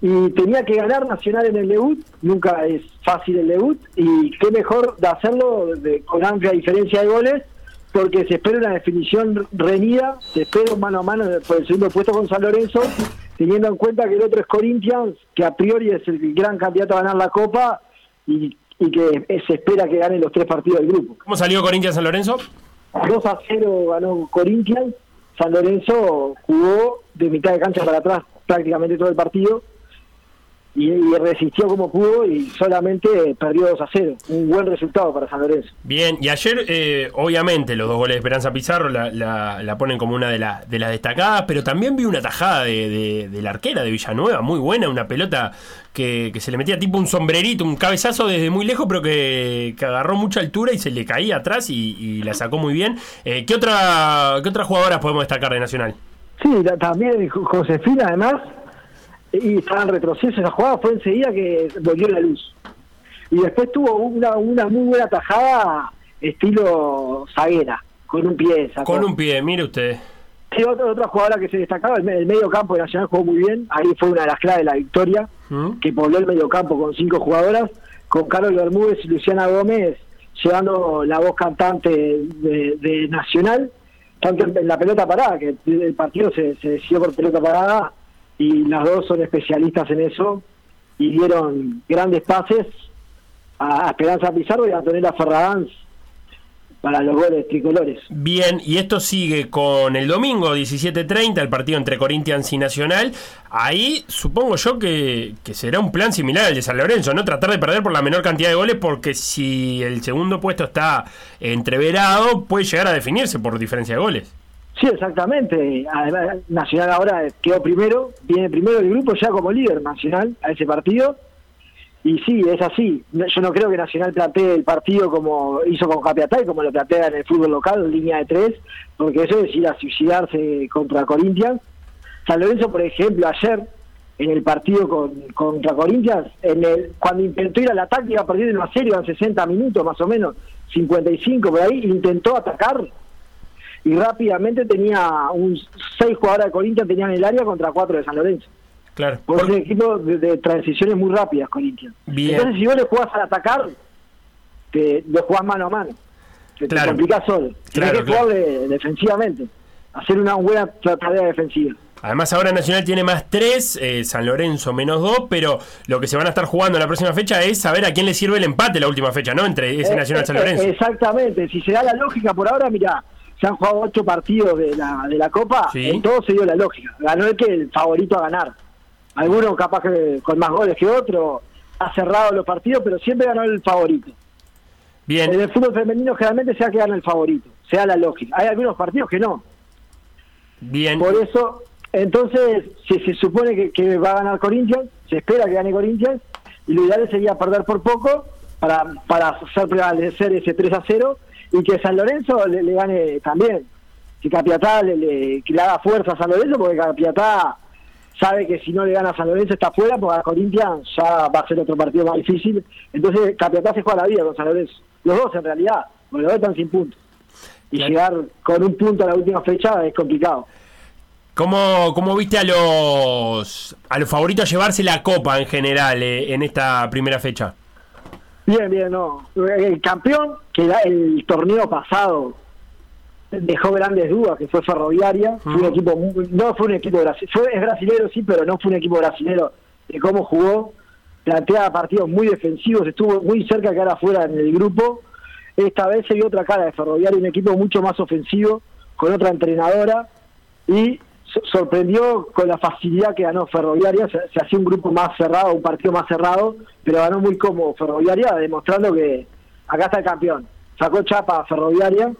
S12: y tenía que ganar Nacional en el debut, nunca es fácil el debut, y qué mejor de hacerlo de- con amplia diferencia de goles, porque se espera una definición reñida, se espera un mano a mano por el segundo puesto con San Lorenzo, teniendo en cuenta que el otro es Corinthians, que a priori es el gran candidato a ganar la Copa, y, y que eh, se espera que gane los tres partidos del grupo.
S2: ¿Cómo salió Corinthians San Lorenzo?
S12: 2 a 0 ganó Corinthians. San Lorenzo jugó de mitad de cancha para atrás prácticamente todo el partido y, y resistió como pudo y solamente perdió 2 a 0. Un buen resultado para San Lorenzo.
S2: Bien, y ayer, eh, obviamente, los dos goles de Esperanza Pizarro la, la- la ponen como una de, la- de las destacadas, pero también vi una tajada de, de- de la arquera de Villanueva, muy buena, una pelota que, que se le metía tipo un sombrerito, un cabezazo desde muy lejos, pero que, que agarró mucha altura y se le caía atrás y, y la sacó muy bien. Eh, ¿qué, otra, ¿Qué otras jugadoras podemos destacar de Nacional?
S12: Sí, ta- también Jo- Josefina además, y estaba en retroceso esa jugada, fue enseguida que volvió la luz. Y después tuvo una, una muy buena tajada estilo zaguera, con un pie. sacó.
S2: Con un pie, mire usted.
S12: Sí, otra, otra jugadora que se destacaba, el, me- el medio campo de Nacional jugó muy bien, ahí fue una de las claves de la victoria,
S2: ¿Mm?
S12: que pobló el medio campo con cinco jugadoras, con Carol Bermúdez y Luciana Gómez llevando la voz cantante de, de Nacional, tanto en la pelota parada, que el partido se, se decidió por pelota parada, y las dos son especialistas en eso, y dieron grandes pases a, a Esperanza Pizarro y a Antonella Ferradanz para los goles tricolores.
S2: Bien, y esto sigue con el domingo 17:30, el partido entre Corinthians y Nacional. Ahí supongo yo que, que será un plan similar al de San Lorenzo, ¿no? Tratar de perder por la menor cantidad de goles, porque si el segundo puesto está entreverado, puede llegar a definirse por diferencia de goles.
S12: Sí, exactamente. Además, Nacional ahora quedó primero, viene primero el grupo ya como líder Nacional a ese partido. Y sí, es así. No- Yo no creo que Nacional plantee el partido como hizo con Capiatá y como lo plantea en el fútbol local, línea de tres, porque eso es ir a suicidarse contra Corinthians. San Lorenzo, por ejemplo, ayer en el partido con, contra Corinthians, en el, cuando intentó ir al ataque iba perdiendo 1 a 0, iban 60 minutos más o menos, 55 por ahí, intentó atacar y rápidamente tenía un seis jugadores de Corinthians tenían el área contra cuatro de San Lorenzo.
S2: Claro.
S12: Porque es un equipo de, de transiciones muy rápidas, Corinthians.
S2: Bien.
S12: Entonces, si vos le jugás al atacar, te, le jugás mano a mano. te, te
S2: Claro.
S12: complicás solo. Tienes
S2: Claro,
S12: que
S2: claro.
S12: jugarle defensivamente, hacer una buena tra- tarea defensiva.
S2: Además ahora Nacional tiene más 3, San Lorenzo menos 2, pero lo que se van a estar jugando la próxima fecha es saber a quién le sirve el empate la última fecha, ¿no? Entre ese
S12: Eh,
S2: Nacional
S12: eh,
S2: San Lorenzo.
S12: eh, Exactamente, si se da la lógica por ahora, mirá, se han jugado ocho partidos de la, de la Copa,
S2: Sí.
S12: en todo se dio la lógica. Ganó el que el favorito a ganar. Algunos capaz que con más goles que otro, ha cerrado los partidos, pero siempre ganó el favorito.
S2: Bien.
S12: En el fútbol femenino generalmente sea que gana el favorito, sea la lógica. Hay algunos partidos que no.
S2: Bien.
S12: Por eso, entonces, si se supone que, que va a ganar Corinthians, se espera que gane Corinthians, y lo ideal sería perder por poco para, para hacer prevalecer ese 3 a 0 y que San Lorenzo le, le gane también. Que Capiatá le, le- que le haga fuerza a San Lorenzo, porque Capiatá sabe que si no le gana a San Lorenzo está fuera, porque a Corinthians ya va a ser otro partido más difícil. Entonces, Capiatá se juega la vida con San Lorenzo. Los dos, en realidad, porque los dos están sin puntos. Y llegar con un punto a la última fecha es complicado.
S2: ¿Cómo, cómo viste a los, a los favoritos llevarse la copa en general eh, en esta primera fecha?
S12: Bien, bien, no. El campeón, que da- el torneo pasado dejó grandes dudas, que fue Ferroviaria, fue un equipo, muy- no fue un equipo brasileño, fue, es brasilero sí, pero no fue un equipo brasilero de cómo jugó, planteaba partidos muy defensivos, estuvo muy cerca que ahora fuera en el grupo, esta vez se vio otra cara de Ferroviaria, un equipo mucho más ofensivo, con otra entrenadora, y so- sorprendió con la facilidad que ganó Ferroviaria, se, se hacía un grupo más cerrado, un partido más cerrado, pero ganó muy cómodo Ferroviaria, demostrando que acá está el campeón. Sacó chapa a Ferroviaria.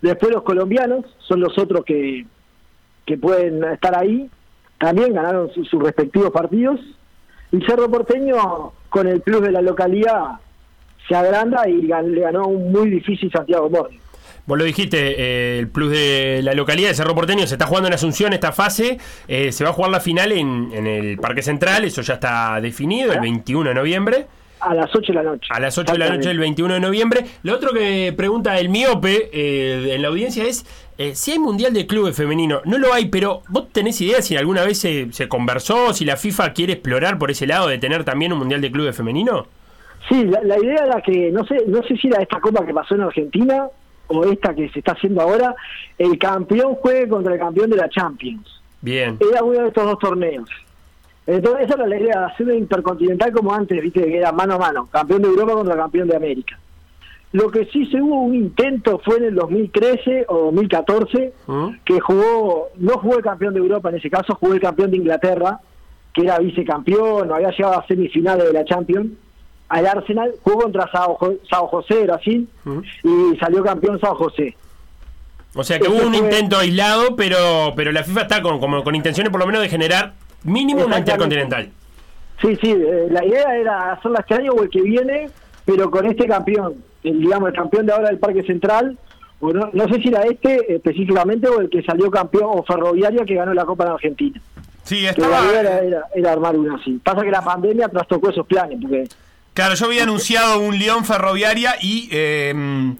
S12: Después los colombianos son los otros que, que pueden estar ahí. También ganaron su- sus respectivos partidos. Y Cerro Porteño, con el plus de la localidad, se agranda y gan- le ganó un muy difícil Santiago Borges.
S2: Vos lo dijiste, eh, el plus de la localidad de Cerro Porteño se está jugando en Asunción esta fase, eh, se va a jugar la final en, en el Parque Central, eso ya está definido, el 21 de noviembre.
S12: A las 8 de la noche.
S2: A las 8 de la noche del 21 de noviembre. Lo otro que pregunta el miope eh, en la audiencia es, eh, si hay Mundial de Clubes Femenino, no lo hay, pero vos tenés idea si alguna vez se, se conversó, si la FIFA quiere explorar por ese lado de tener también un Mundial de Clubes Femenino?
S12: Sí, la, la idea era que, no sé, no sé si era esta copa que pasó en Argentina o esta que se está haciendo ahora, el campeón juegue contra el campeón de la Champions.
S2: Bien.
S12: Era uno de estos dos torneos. Entonces, esa era la idea, hacer un intercontinental como antes, viste, que era mano a mano, campeón de Europa contra campeón de América. Lo que sí se hubo un intento fue en el 2013 o 2014, que jugó, no jugó el campeón de Europa en ese caso, jugó el campeón de Inglaterra, que era vicecampeón, había llegado a semifinales de la Champions, al Arsenal, jugó contra Sao, Jo- Sao José de Brasil y salió campeón Sao José.
S2: O sea que hubo un intento aislado, pero, pero la FIFA está con, como, con intenciones por lo menos de generar mínimo una intercontinental.
S12: Sí, sí, eh, la idea era hacerla este año o el que viene, pero con este campeón, el, digamos, el campeón de ahora del Parque Central, o no, no sé si era este específicamente o el que salió campeón o ferroviario que ganó la Copa en Argentina.
S4: Sí,
S12: Que la
S4: estaba.
S12: idea era, era- era armar una así. Pasa que la pandemia trastocó esos planes, porque
S4: Claro, yo había anunciado un León Ferroviaria y eh,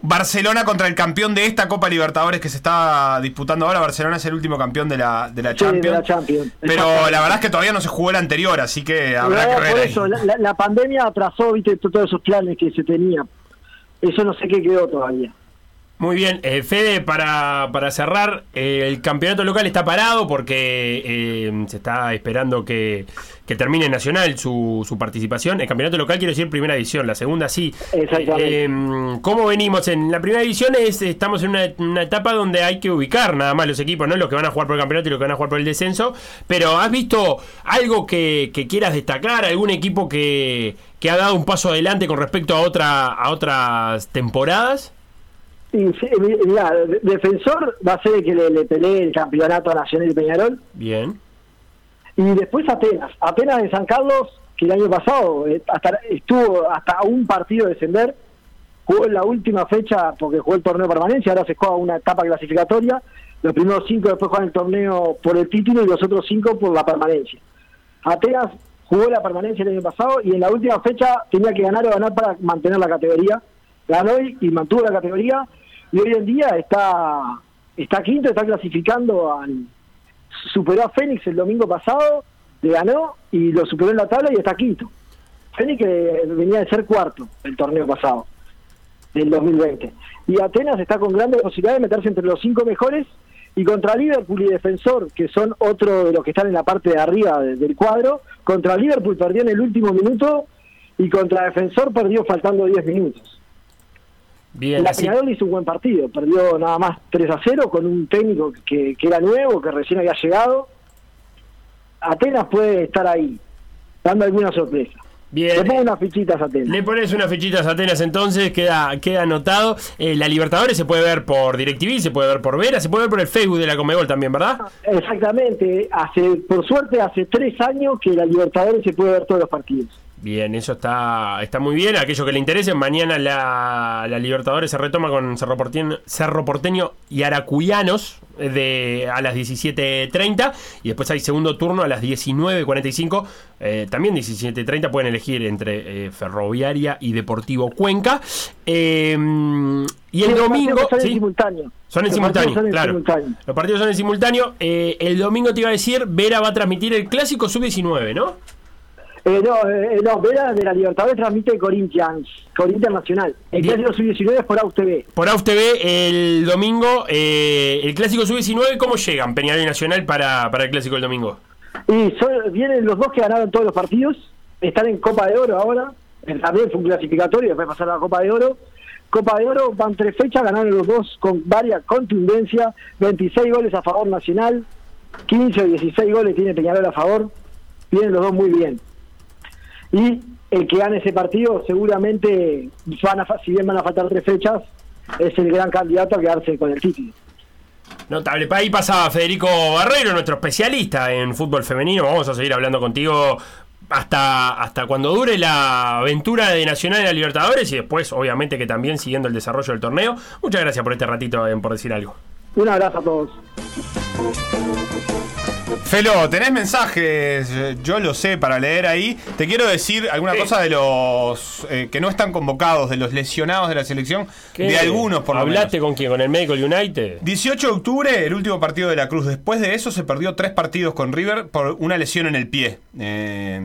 S4: Barcelona contra el campeón de esta Copa Libertadores que se está disputando ahora. Barcelona es el último campeón de la, de la
S12: Sí, de
S4: Champions.
S12: la Champions.
S4: Pero la verdad es que todavía no se jugó el anterior, así que habrá
S12: Ahora,
S4: que ver
S12: por
S4: ahí.
S12: eso, la, la- la pandemia atrasó, viste, to- todos esos planes que se tenía. Eso no sé qué quedó todavía.
S2: Muy bien, eh, Fede, para, para cerrar, eh, el campeonato local está parado porque eh, se está esperando que, que termine Nacional su, su participación. El campeonato local quiero decir primera división, la segunda sí.
S12: Exactamente.
S2: Eh, ¿Cómo venimos? En la primera división es, estamos en una, una etapa donde hay que ubicar nada más los equipos, no los que van a jugar por el campeonato y los que van a jugar por el descenso. Pero ¿has visto algo que, que quieras destacar? ¿Algún equipo que, que ha dado un paso adelante con respecto a, otra, a otras temporadas?
S12: Y sí, mi- mirá, de- defensor va a ser el que le, le pelee el campeonato a Nacional y Peñarol.
S2: Bien.
S12: Y después Atenas, Atenas de San Carlos, que el año pasado eh, hasta, estuvo hasta un partido de descender, jugó en la última fecha porque jugó el torneo de permanencia, ahora se juega una etapa clasificatoria, los primeros cinco después juegan el torneo por el título y los otros cinco por la permanencia. Atenas jugó la permanencia el año pasado y en la última fecha tenía que ganar o ganar para mantener la categoría, ganó y, y mantuvo la categoría y hoy en día está, está quinto, está clasificando al, superó a Fénix el domingo pasado, le ganó y lo superó en la tabla y está quinto. Fénix eh, venía de ser cuarto el torneo pasado. del 2020. Y Atenas está con grandes posibilidades de meterse entre los cinco mejores y contra Liverpool y Defensor, que son otro de los que están en la parte de arriba de- del cuadro, contra Liverpool perdió en el último minuto y contra Defensor perdió faltando 10 minutos.
S2: Bien,
S12: la
S2: así-
S12: Peñarol hizo un buen partido, perdió nada más 3 a 0 con un técnico que, que era nuevo, que recién había llegado. Atenas puede estar ahí, dando alguna sorpresa.
S2: Bien.
S12: Le pongo unas fichitas a Atenas.
S2: Le pones unas fichitas a Atenas entonces, queda, queda anotado. Eh, la Libertadores se puede ver por DirecTV, se puede ver por Vera, se puede ver por el Facebook de la Comebol también, ¿verdad?
S12: Exactamente, hace por suerte hace tres años que la Libertadores se puede ver todos los partidos.
S2: Bien, eso está, está muy bien. Aquello que le interese, mañana la, la Libertadores se retoma con Cerro Porteño, Cerro Porteño y Aracuyanos eh, de, a las 17.30 y después hay segundo turno a las 19.45. eh, también 17.30 pueden elegir entre eh, Ferroviaria y Deportivo Cuenca. Eh, y el
S12: Los partidos
S2: domingo...
S12: son en
S2: ¿sí?
S12: simultáneo.
S2: Son en
S12: Los
S2: simultáneo,
S12: partidos son en
S2: claro.
S12: simultáneo.
S2: Los partidos son en simultáneo. Eh, el domingo te iba a decir, Vera va a transmitir el clásico sub-19, ¿no?
S12: Eh, no, eh, no, Vera de la Libertadores transmite Corinthians, Corinthians Nacional. El
S2: Bien.
S12: clásico sub-19 es por AUS TV.
S2: Por AUS TV, el domingo, eh, el clásico sub-19, ¿cómo llegan Peñarol y Nacional para, para el clásico del domingo?
S12: Y son- vienen los dos que ganaron todos los partidos, están en Copa de Oro ahora, Eh, también fue un clasificatorio, después pasaron a la Copa de Oro. Copa de Oro van tres fechas, ganaron los dos con varias contundencia, 26 goles a favor Nacional, 15 o 16 goles tiene Peñarol a favor, vienen los dos muy bien. Y el que gane ese partido seguramente, van a, fa- si bien van a faltar tres fechas, es el gran candidato a quedarse con el título.
S2: Notable, pa- ahí pasaba Federico Barrero, nuestro especialista en fútbol femenino. Vamos a seguir hablando contigo hasta, hasta cuando dure la aventura de Nacional en la Libertadores y después, obviamente, que también siguiendo el desarrollo del torneo. Muchas gracias por este ratito, en por decir algo.
S12: Un abrazo a todos.
S4: Felo, tenés mensajes, eh, yo lo sé, para leer ahí. Te quiero decir alguna cosa de los eh, que no están convocados, de los lesionados de la selección,
S2: ¿Qué?
S4: de algunos por lo menos.
S2: ¿Hablaste con quién? ¿Con el Medical United?
S4: 18 de octubre, el último partido de la Cruz. Después de eso se perdió tres partidos con River por una lesión en el pie. Eh,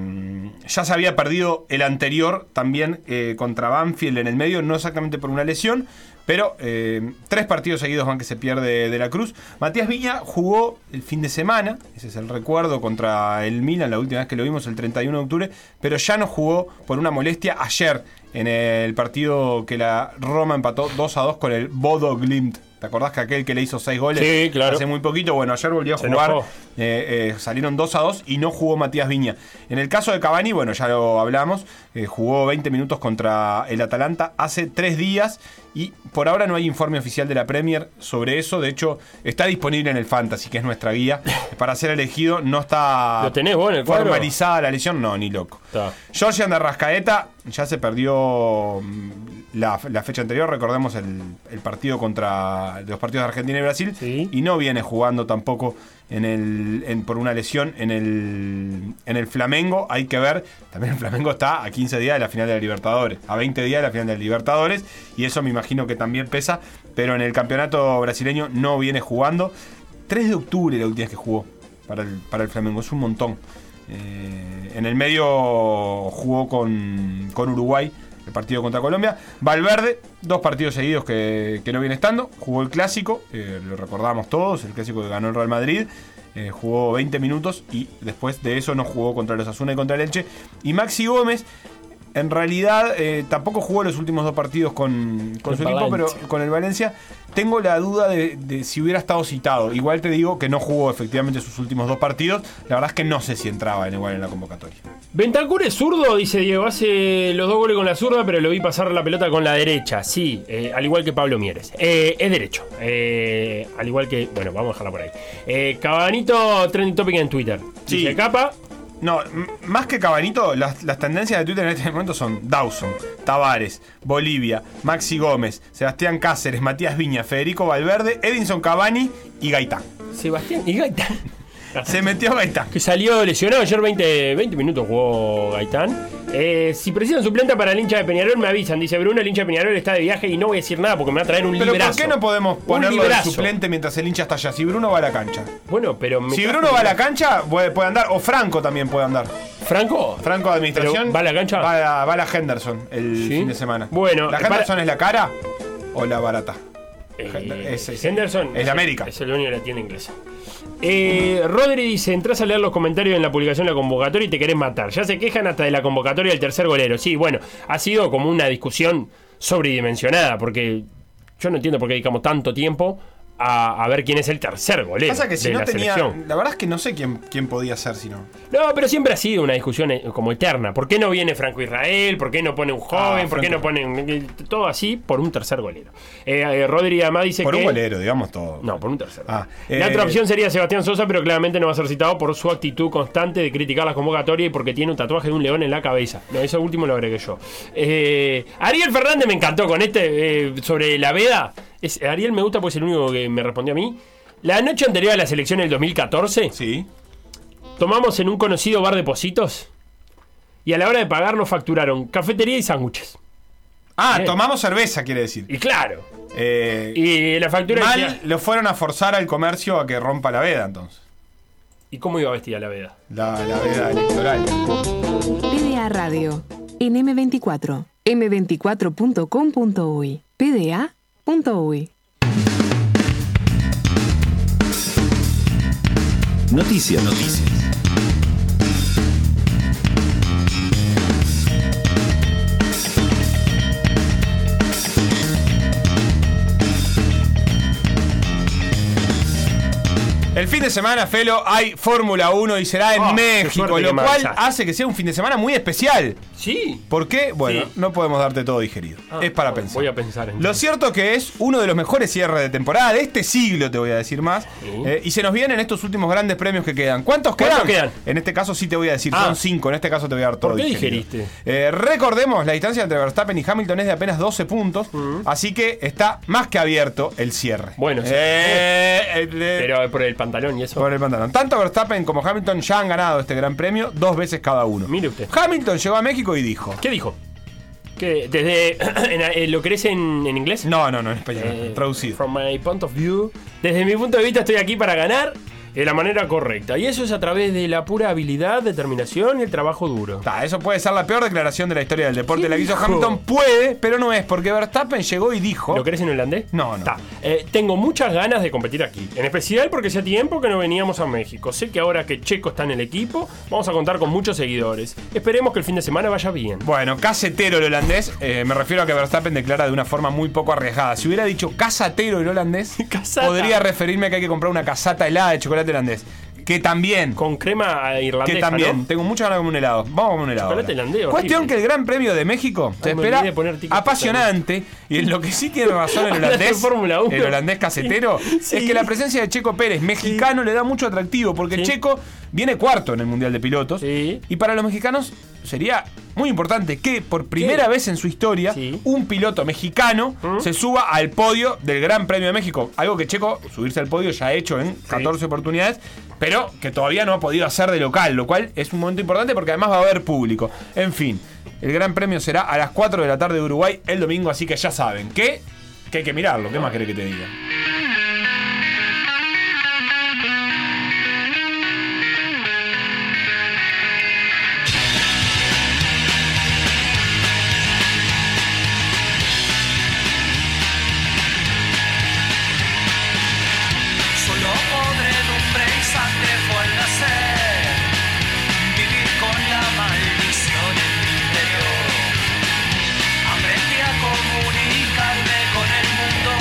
S4: ya se había perdido el anterior también eh, contra Banfield en el medio, no exactamente por una lesión, pero eh, tres partidos seguidos van que se pierde de la Cruz. Matías Viña jugó el fin de semana, ese es el recuerdo, contra el Milan, la última vez que lo vimos el 31 de octubre, pero ya no jugó por una molestia ayer en el partido que la Roma empató 2 a 2 con el Bodo Glimt. ¿Te acordás que aquel que le hizo 6 goles
S2: Sí, claro.
S4: hace muy poquito? Bueno, ayer volvió a
S2: Se
S4: jugar.
S2: enojó.
S4: eh, eh, salieron 2 a 2 y no jugó Matías Viña. En el caso de Cavani, bueno, ya lo hablamos, eh, jugó 20 minutos contra el Atalanta hace 3 días y por ahora no hay informe oficial de la Premier sobre eso. De hecho, está disponible en el Fantasy, que es nuestra guía. Para ser elegido no está
S2: ¿Lo tenés vos en el cuadro?
S4: formalizada la lesión, no, ni loco. Georgian de Rascaeta ya se perdió mm, la, la fecha anterior, recordemos el, el partido contra de los partidos de Argentina y Brasil, y no viene jugando tampoco en el, en- por una lesión en el, en el Flamengo. Hay que ver, también el Flamengo está a 15 días de la final de la Libertadores, a 20 días de la final de la Libertadores, y eso me imagino que también pesa, pero en el campeonato brasileño no viene jugando. 3 de octubre la última vez que jugó para el, para el Flamengo, es un montón. Eh, en el medio jugó con, con Uruguay el partido contra Colombia. Valverde, dos partidos seguidos que, que no viene estando. Jugó el clásico, eh, lo recordamos todos, el clásico que ganó el Real Madrid. Eh, jugó 20 minutos y después de eso no jugó contra los Asuna y contra el Elche. Y Maxi Gómez, en realidad eh, tampoco jugó los últimos dos partidos con, con
S2: Con
S4: su equipo, pero
S2: Valencia.
S4: con el Valencia tengo la duda de, de si hubiera estado citado. Igual te digo que no jugó efectivamente sus últimos dos partidos. La verdad es que no sé si entraba en igual en la convocatoria.
S2: Bentancur es zurdo, dice Diego. Hace los dos goles con la zurda, pero lo vi pasar la pelota con la derecha. Sí, eh, al igual que Pablo Mieres. Eh, es derecho. Eh, al igual que. Bueno, vamos a dejarla por ahí. Eh, Cabanito, trending topic en Twitter. Dice capa.
S4: No, m- más que Cabanito, las, las tendencias de Twitter en este momento son Dawson, Tavares, Bolivia, Maxi Gómez, Sebastián Cáceres, Matías Viña, Federico Valverde, Edinson Cavani y Gaitán.
S2: Sebastián y Gaitán.
S4: Se metió Gaitán.
S2: Que salió lesionado. Ayer 20, 20 minutos jugó Gaitán. Eh, si precisan suplenta para el hincha de Peñarol, me avisan. Dice Bruno, el hincha de Peñarol está de viaje y no voy a decir nada porque me va a traer un
S4: Pero
S2: librazo.
S4: ¿por qué no podemos
S2: Un
S4: ponerlo de
S2: librazo.
S4: suplente mientras el hincha está allá? Si Bruno va a la cancha.
S2: Bueno, pero me
S4: Si
S2: trajo
S4: Bruno va a la
S2: un-
S4: cancha, puede, puede andar. O Franco también puede andar.
S2: ¿Franco?
S4: Franco de administración.
S2: ¿Pero va a la cancha?
S4: Va a la, va a la Henderson el
S2: Sí.
S4: fin de semana.
S2: Bueno,
S4: ¿La
S2: eh, para-
S4: Henderson es la cara o la barata?
S2: Eh,
S4: es- es-
S2: Henderson
S4: es de América.
S2: Es el dueño de la tienda inglesa. Eh, Rodri dice, entras a leer los comentarios en la publicación de la convocatoria y te querés matar. Ya se quejan hasta de la convocatoria del tercer golero. Sí, bueno, ha sido como una discusión sobredimensionada, porque yo no entiendo por qué dedicamos tanto tiempo a, a ver quién es el tercer golero
S4: Pasa que si
S2: de
S4: no
S2: la
S4: tenía.
S2: selección.
S4: La verdad es que no sé quién, quién podía ser si no.
S2: No, pero siempre ha sido una discusión eh, como eterna. ¿Por qué no viene Franco Israel? ¿Por qué no pone un joven?
S4: Ah,
S2: ¿Por qué no
S4: Franco.
S2: pone un- eh, todo así por un tercer golero? Eh, eh, Rodri además dice
S4: Por
S2: que...
S4: un golero, digamos todo.
S2: No, por un tercero.
S4: Ah,
S2: La
S4: eh,
S2: otra opción sería Sebastián Sosa, pero claramente no va a ser citado por su actitud constante de criticar las convocatorias y porque tiene un tatuaje de un león en la cabeza. No, eso último lo agregué yo. Eh, Ariel Fernández me encantó con este eh, sobre la veda. Es- Ariel me gusta porque es el único que me respondió a mí. La noche anterior a la selección del 2014, tomamos en un conocido bar de Positos y a la hora de pagar nos facturaron cafetería y sándwiches.
S4: Ah,
S2: Bien.
S4: tomamos cerveza, quiere decir.
S2: Y claro.
S4: Eh,
S2: Y la factura
S4: mal
S2: decía-
S4: lo fueron a forzar al comercio a que rompa la veda, entonces.
S2: ¿Y cómo iba vestida la veda?
S4: La, la veda electoral.
S6: PDA Radio. En M24. M24.com.uy. PDA.uy.
S13: Noticias. Noticias.
S4: El fin de semana, Felo, hay Fórmula 1 y será en
S2: Oh, qué
S4: México,
S2: suerte que
S4: lo
S2: me
S4: cual
S2: avisaste.
S4: hace que sea un fin de semana muy especial.
S2: Sí.
S4: ¿Por qué? Bueno,
S2: Sí.
S4: no podemos darte todo digerido.
S2: Ah,
S4: es para
S2: bueno,
S4: pensar.
S2: Voy a pensar en
S4: Lo cierto que es uno de los mejores cierres de temporada de este siglo, te voy a decir más. Eh, y se nos vienen estos últimos grandes premios que quedan. ¿Cuántos quedan?
S2: Uh. ¿Cuántos quedan?
S4: En este caso sí te voy a decir,
S2: Ah.
S4: son cinco. En este caso te voy a dar todo.
S2: ¿Por qué
S4: digerido.
S2: digeriste?
S4: Eh, recordemos, la distancia entre Verstappen y Hamilton es de apenas 12 puntos. Así que está más que abierto el cierre.
S2: Bueno, sí.
S4: Eh,
S2: pero por el pantalón y eso.
S4: Por el pantalón. Tanto Verstappen como Hamilton ya han ganado este gran premio dos veces cada uno.
S2: Mire usted.
S4: Hamilton llegó a México y dijo.
S2: ¿Qué dijo? Que desde en- eh, lo crees en, en inglés? Eh,
S4: No, no, no, en español. traducido.
S2: From my point of view, desde mi punto de vista estoy aquí para ganar de la manera correcta y eso es a través de la pura habilidad, determinación y el trabajo duro.
S4: Ta, eso puede ser la peor declaración de la historia del deporte.
S2: ¿Qué
S4: La que hizo
S2: dijo?
S4: Hamilton puede, pero no es, porque Verstappen llegó y dijo.
S2: ¿Lo crees en holandés?
S4: No, no.
S2: Ta. Eh, tengo muchas ganas de competir aquí. En especial porque hace tiempo que no veníamos a México. Sé que ahora que Checo está en el equipo, vamos a contar con muchos seguidores. Esperemos que el fin de semana vaya bien.
S4: Bueno, casetero el holandés. Eh, me refiero a que Verstappen declara de una forma muy poco arriesgada. Si hubiera dicho casatero el holandés,
S2: Casata.
S4: podría referirme a que hay que comprar una casata helada de chocolate holandés. Que también.
S2: Con crema eh, irlandesa,
S4: Que también.
S2: ¿no?
S4: Tengo muchas ganas de comer un helado. Vamos a comer un helado.
S2: Chocolate
S4: ahora.
S2: holandés, horrible.
S4: Cuestión que el Gran Premio de México te
S2: Ay, me
S4: espera
S2: olvidé de poner tickets
S4: apasionante. Y en lo que sí tiene razón el
S2: Hablas de
S4: holandés,
S2: Fórmula uno.
S4: el holandés casetero,
S2: Sí.
S4: es que la presencia de Checo Pérez, mexicano, le da mucho atractivo. Porque Checo viene cuarto en el Mundial de Pilotos. Y para los mexicanos sería muy importante que por primera vez en su historia un piloto mexicano se suba al podio del Gran Premio de México. Algo que Checo, subirse al podio, ya ha hecho en 14 oportunidades, pero que todavía no ha podido hacer de local, lo cual es un momento importante porque además va a haber público. En fin, el Gran Premio será a las 4 de la tarde de Uruguay el domingo, así que ya saben que, que hay que mirarlo. ¿Qué más querés que te diga?
S14: Solo podredumbre y sangre fue al nacer. Vivir con la maldición en mi interior. Aprendí a comunicarme con el mundo.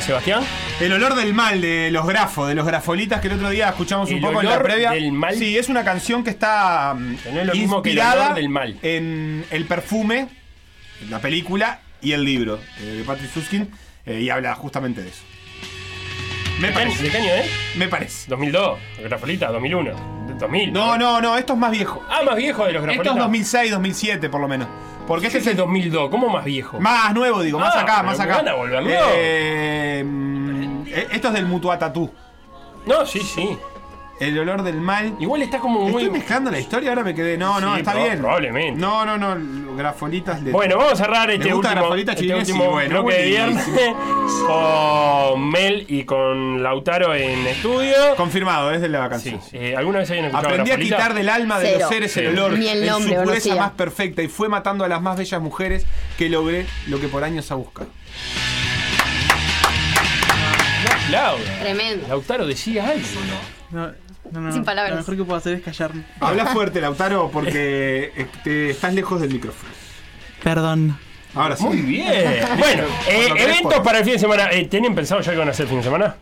S2: Sebastián?
S4: El olor del mal de los grafos, de los grafolitas que el otro día escuchamos un
S2: El
S4: poco en la
S2: olor
S4: previa.
S2: del mal.
S4: Sí, es una canción que está mm,
S2: no es lo mismo que el
S4: inspirada
S2: olor del mal.
S4: en el perfume, en la película y el libro eh, de Patrick Suskin eh, y habla justamente de eso. Me parece.
S2: ¿De qué año, eh?
S4: Me parece.
S2: 2002, los grafolitas, 2001, 2000.
S4: No, no, no, esto es más viejo.
S2: Ah, más viejo de los grafolitas.
S4: Esto es 2006, 2007 por lo menos. Porque este
S2: es el 2002, ¿cómo más viejo?
S4: Más nuevo, digo, más
S2: Ah,
S4: acá,
S2: pero
S4: más
S2: me
S4: acá.
S2: van a volver nuevo.
S4: Eh, mm, eh, esto es del Mutuatatú.
S2: No, sí, sí.
S4: El olor del mal.
S2: Igual está como muy.
S4: Estoy mezclando la historia, ahora me quedé. No, no,
S2: Sí,
S4: está
S2: proba-
S4: bien.
S2: Probablemente.
S4: No, no, no, grafolitas de.
S2: Bueno, vamos a cerrar este
S4: ¿Te gusta
S2: último,
S4: grafolitas
S2: este
S4: chilenas? Sí,
S2: último
S4: bueno,
S2: bloque de viernes Oh,
S4: buenísimo.
S2: con Mel y con Lautaro en estudio.
S4: Confirmado, desde la vacancia.
S2: Eh, ¿Alguna vez habían escuchado
S4: Aprendí a
S2: grafolita?
S4: quitar del alma de los
S2: Cero.
S4: seres el
S2: Cero.
S4: olor
S15: Ni el nombre
S4: en su pureza
S15: conocía.
S4: más perfecta y fue matando a las más bellas mujeres que logré lo que por años ha buscado.
S2: Laura.
S15: Tremendo.
S2: Lautaro decía algo.
S16: No, no, no,
S15: Sin palabras.
S16: Lo mejor que puedo hacer es callarme.
S4: Habla fuerte, Lautaro, porque este, estás lejos del micrófono.
S16: Perdón.
S4: Ahora sí.
S2: Muy bien. bueno, eh,
S4: Cuando querés,
S2: eventos
S4: Juan.
S2: para el fin de semana. Eh, ¿Tenían pensado ya que van a hacer el fin de semana?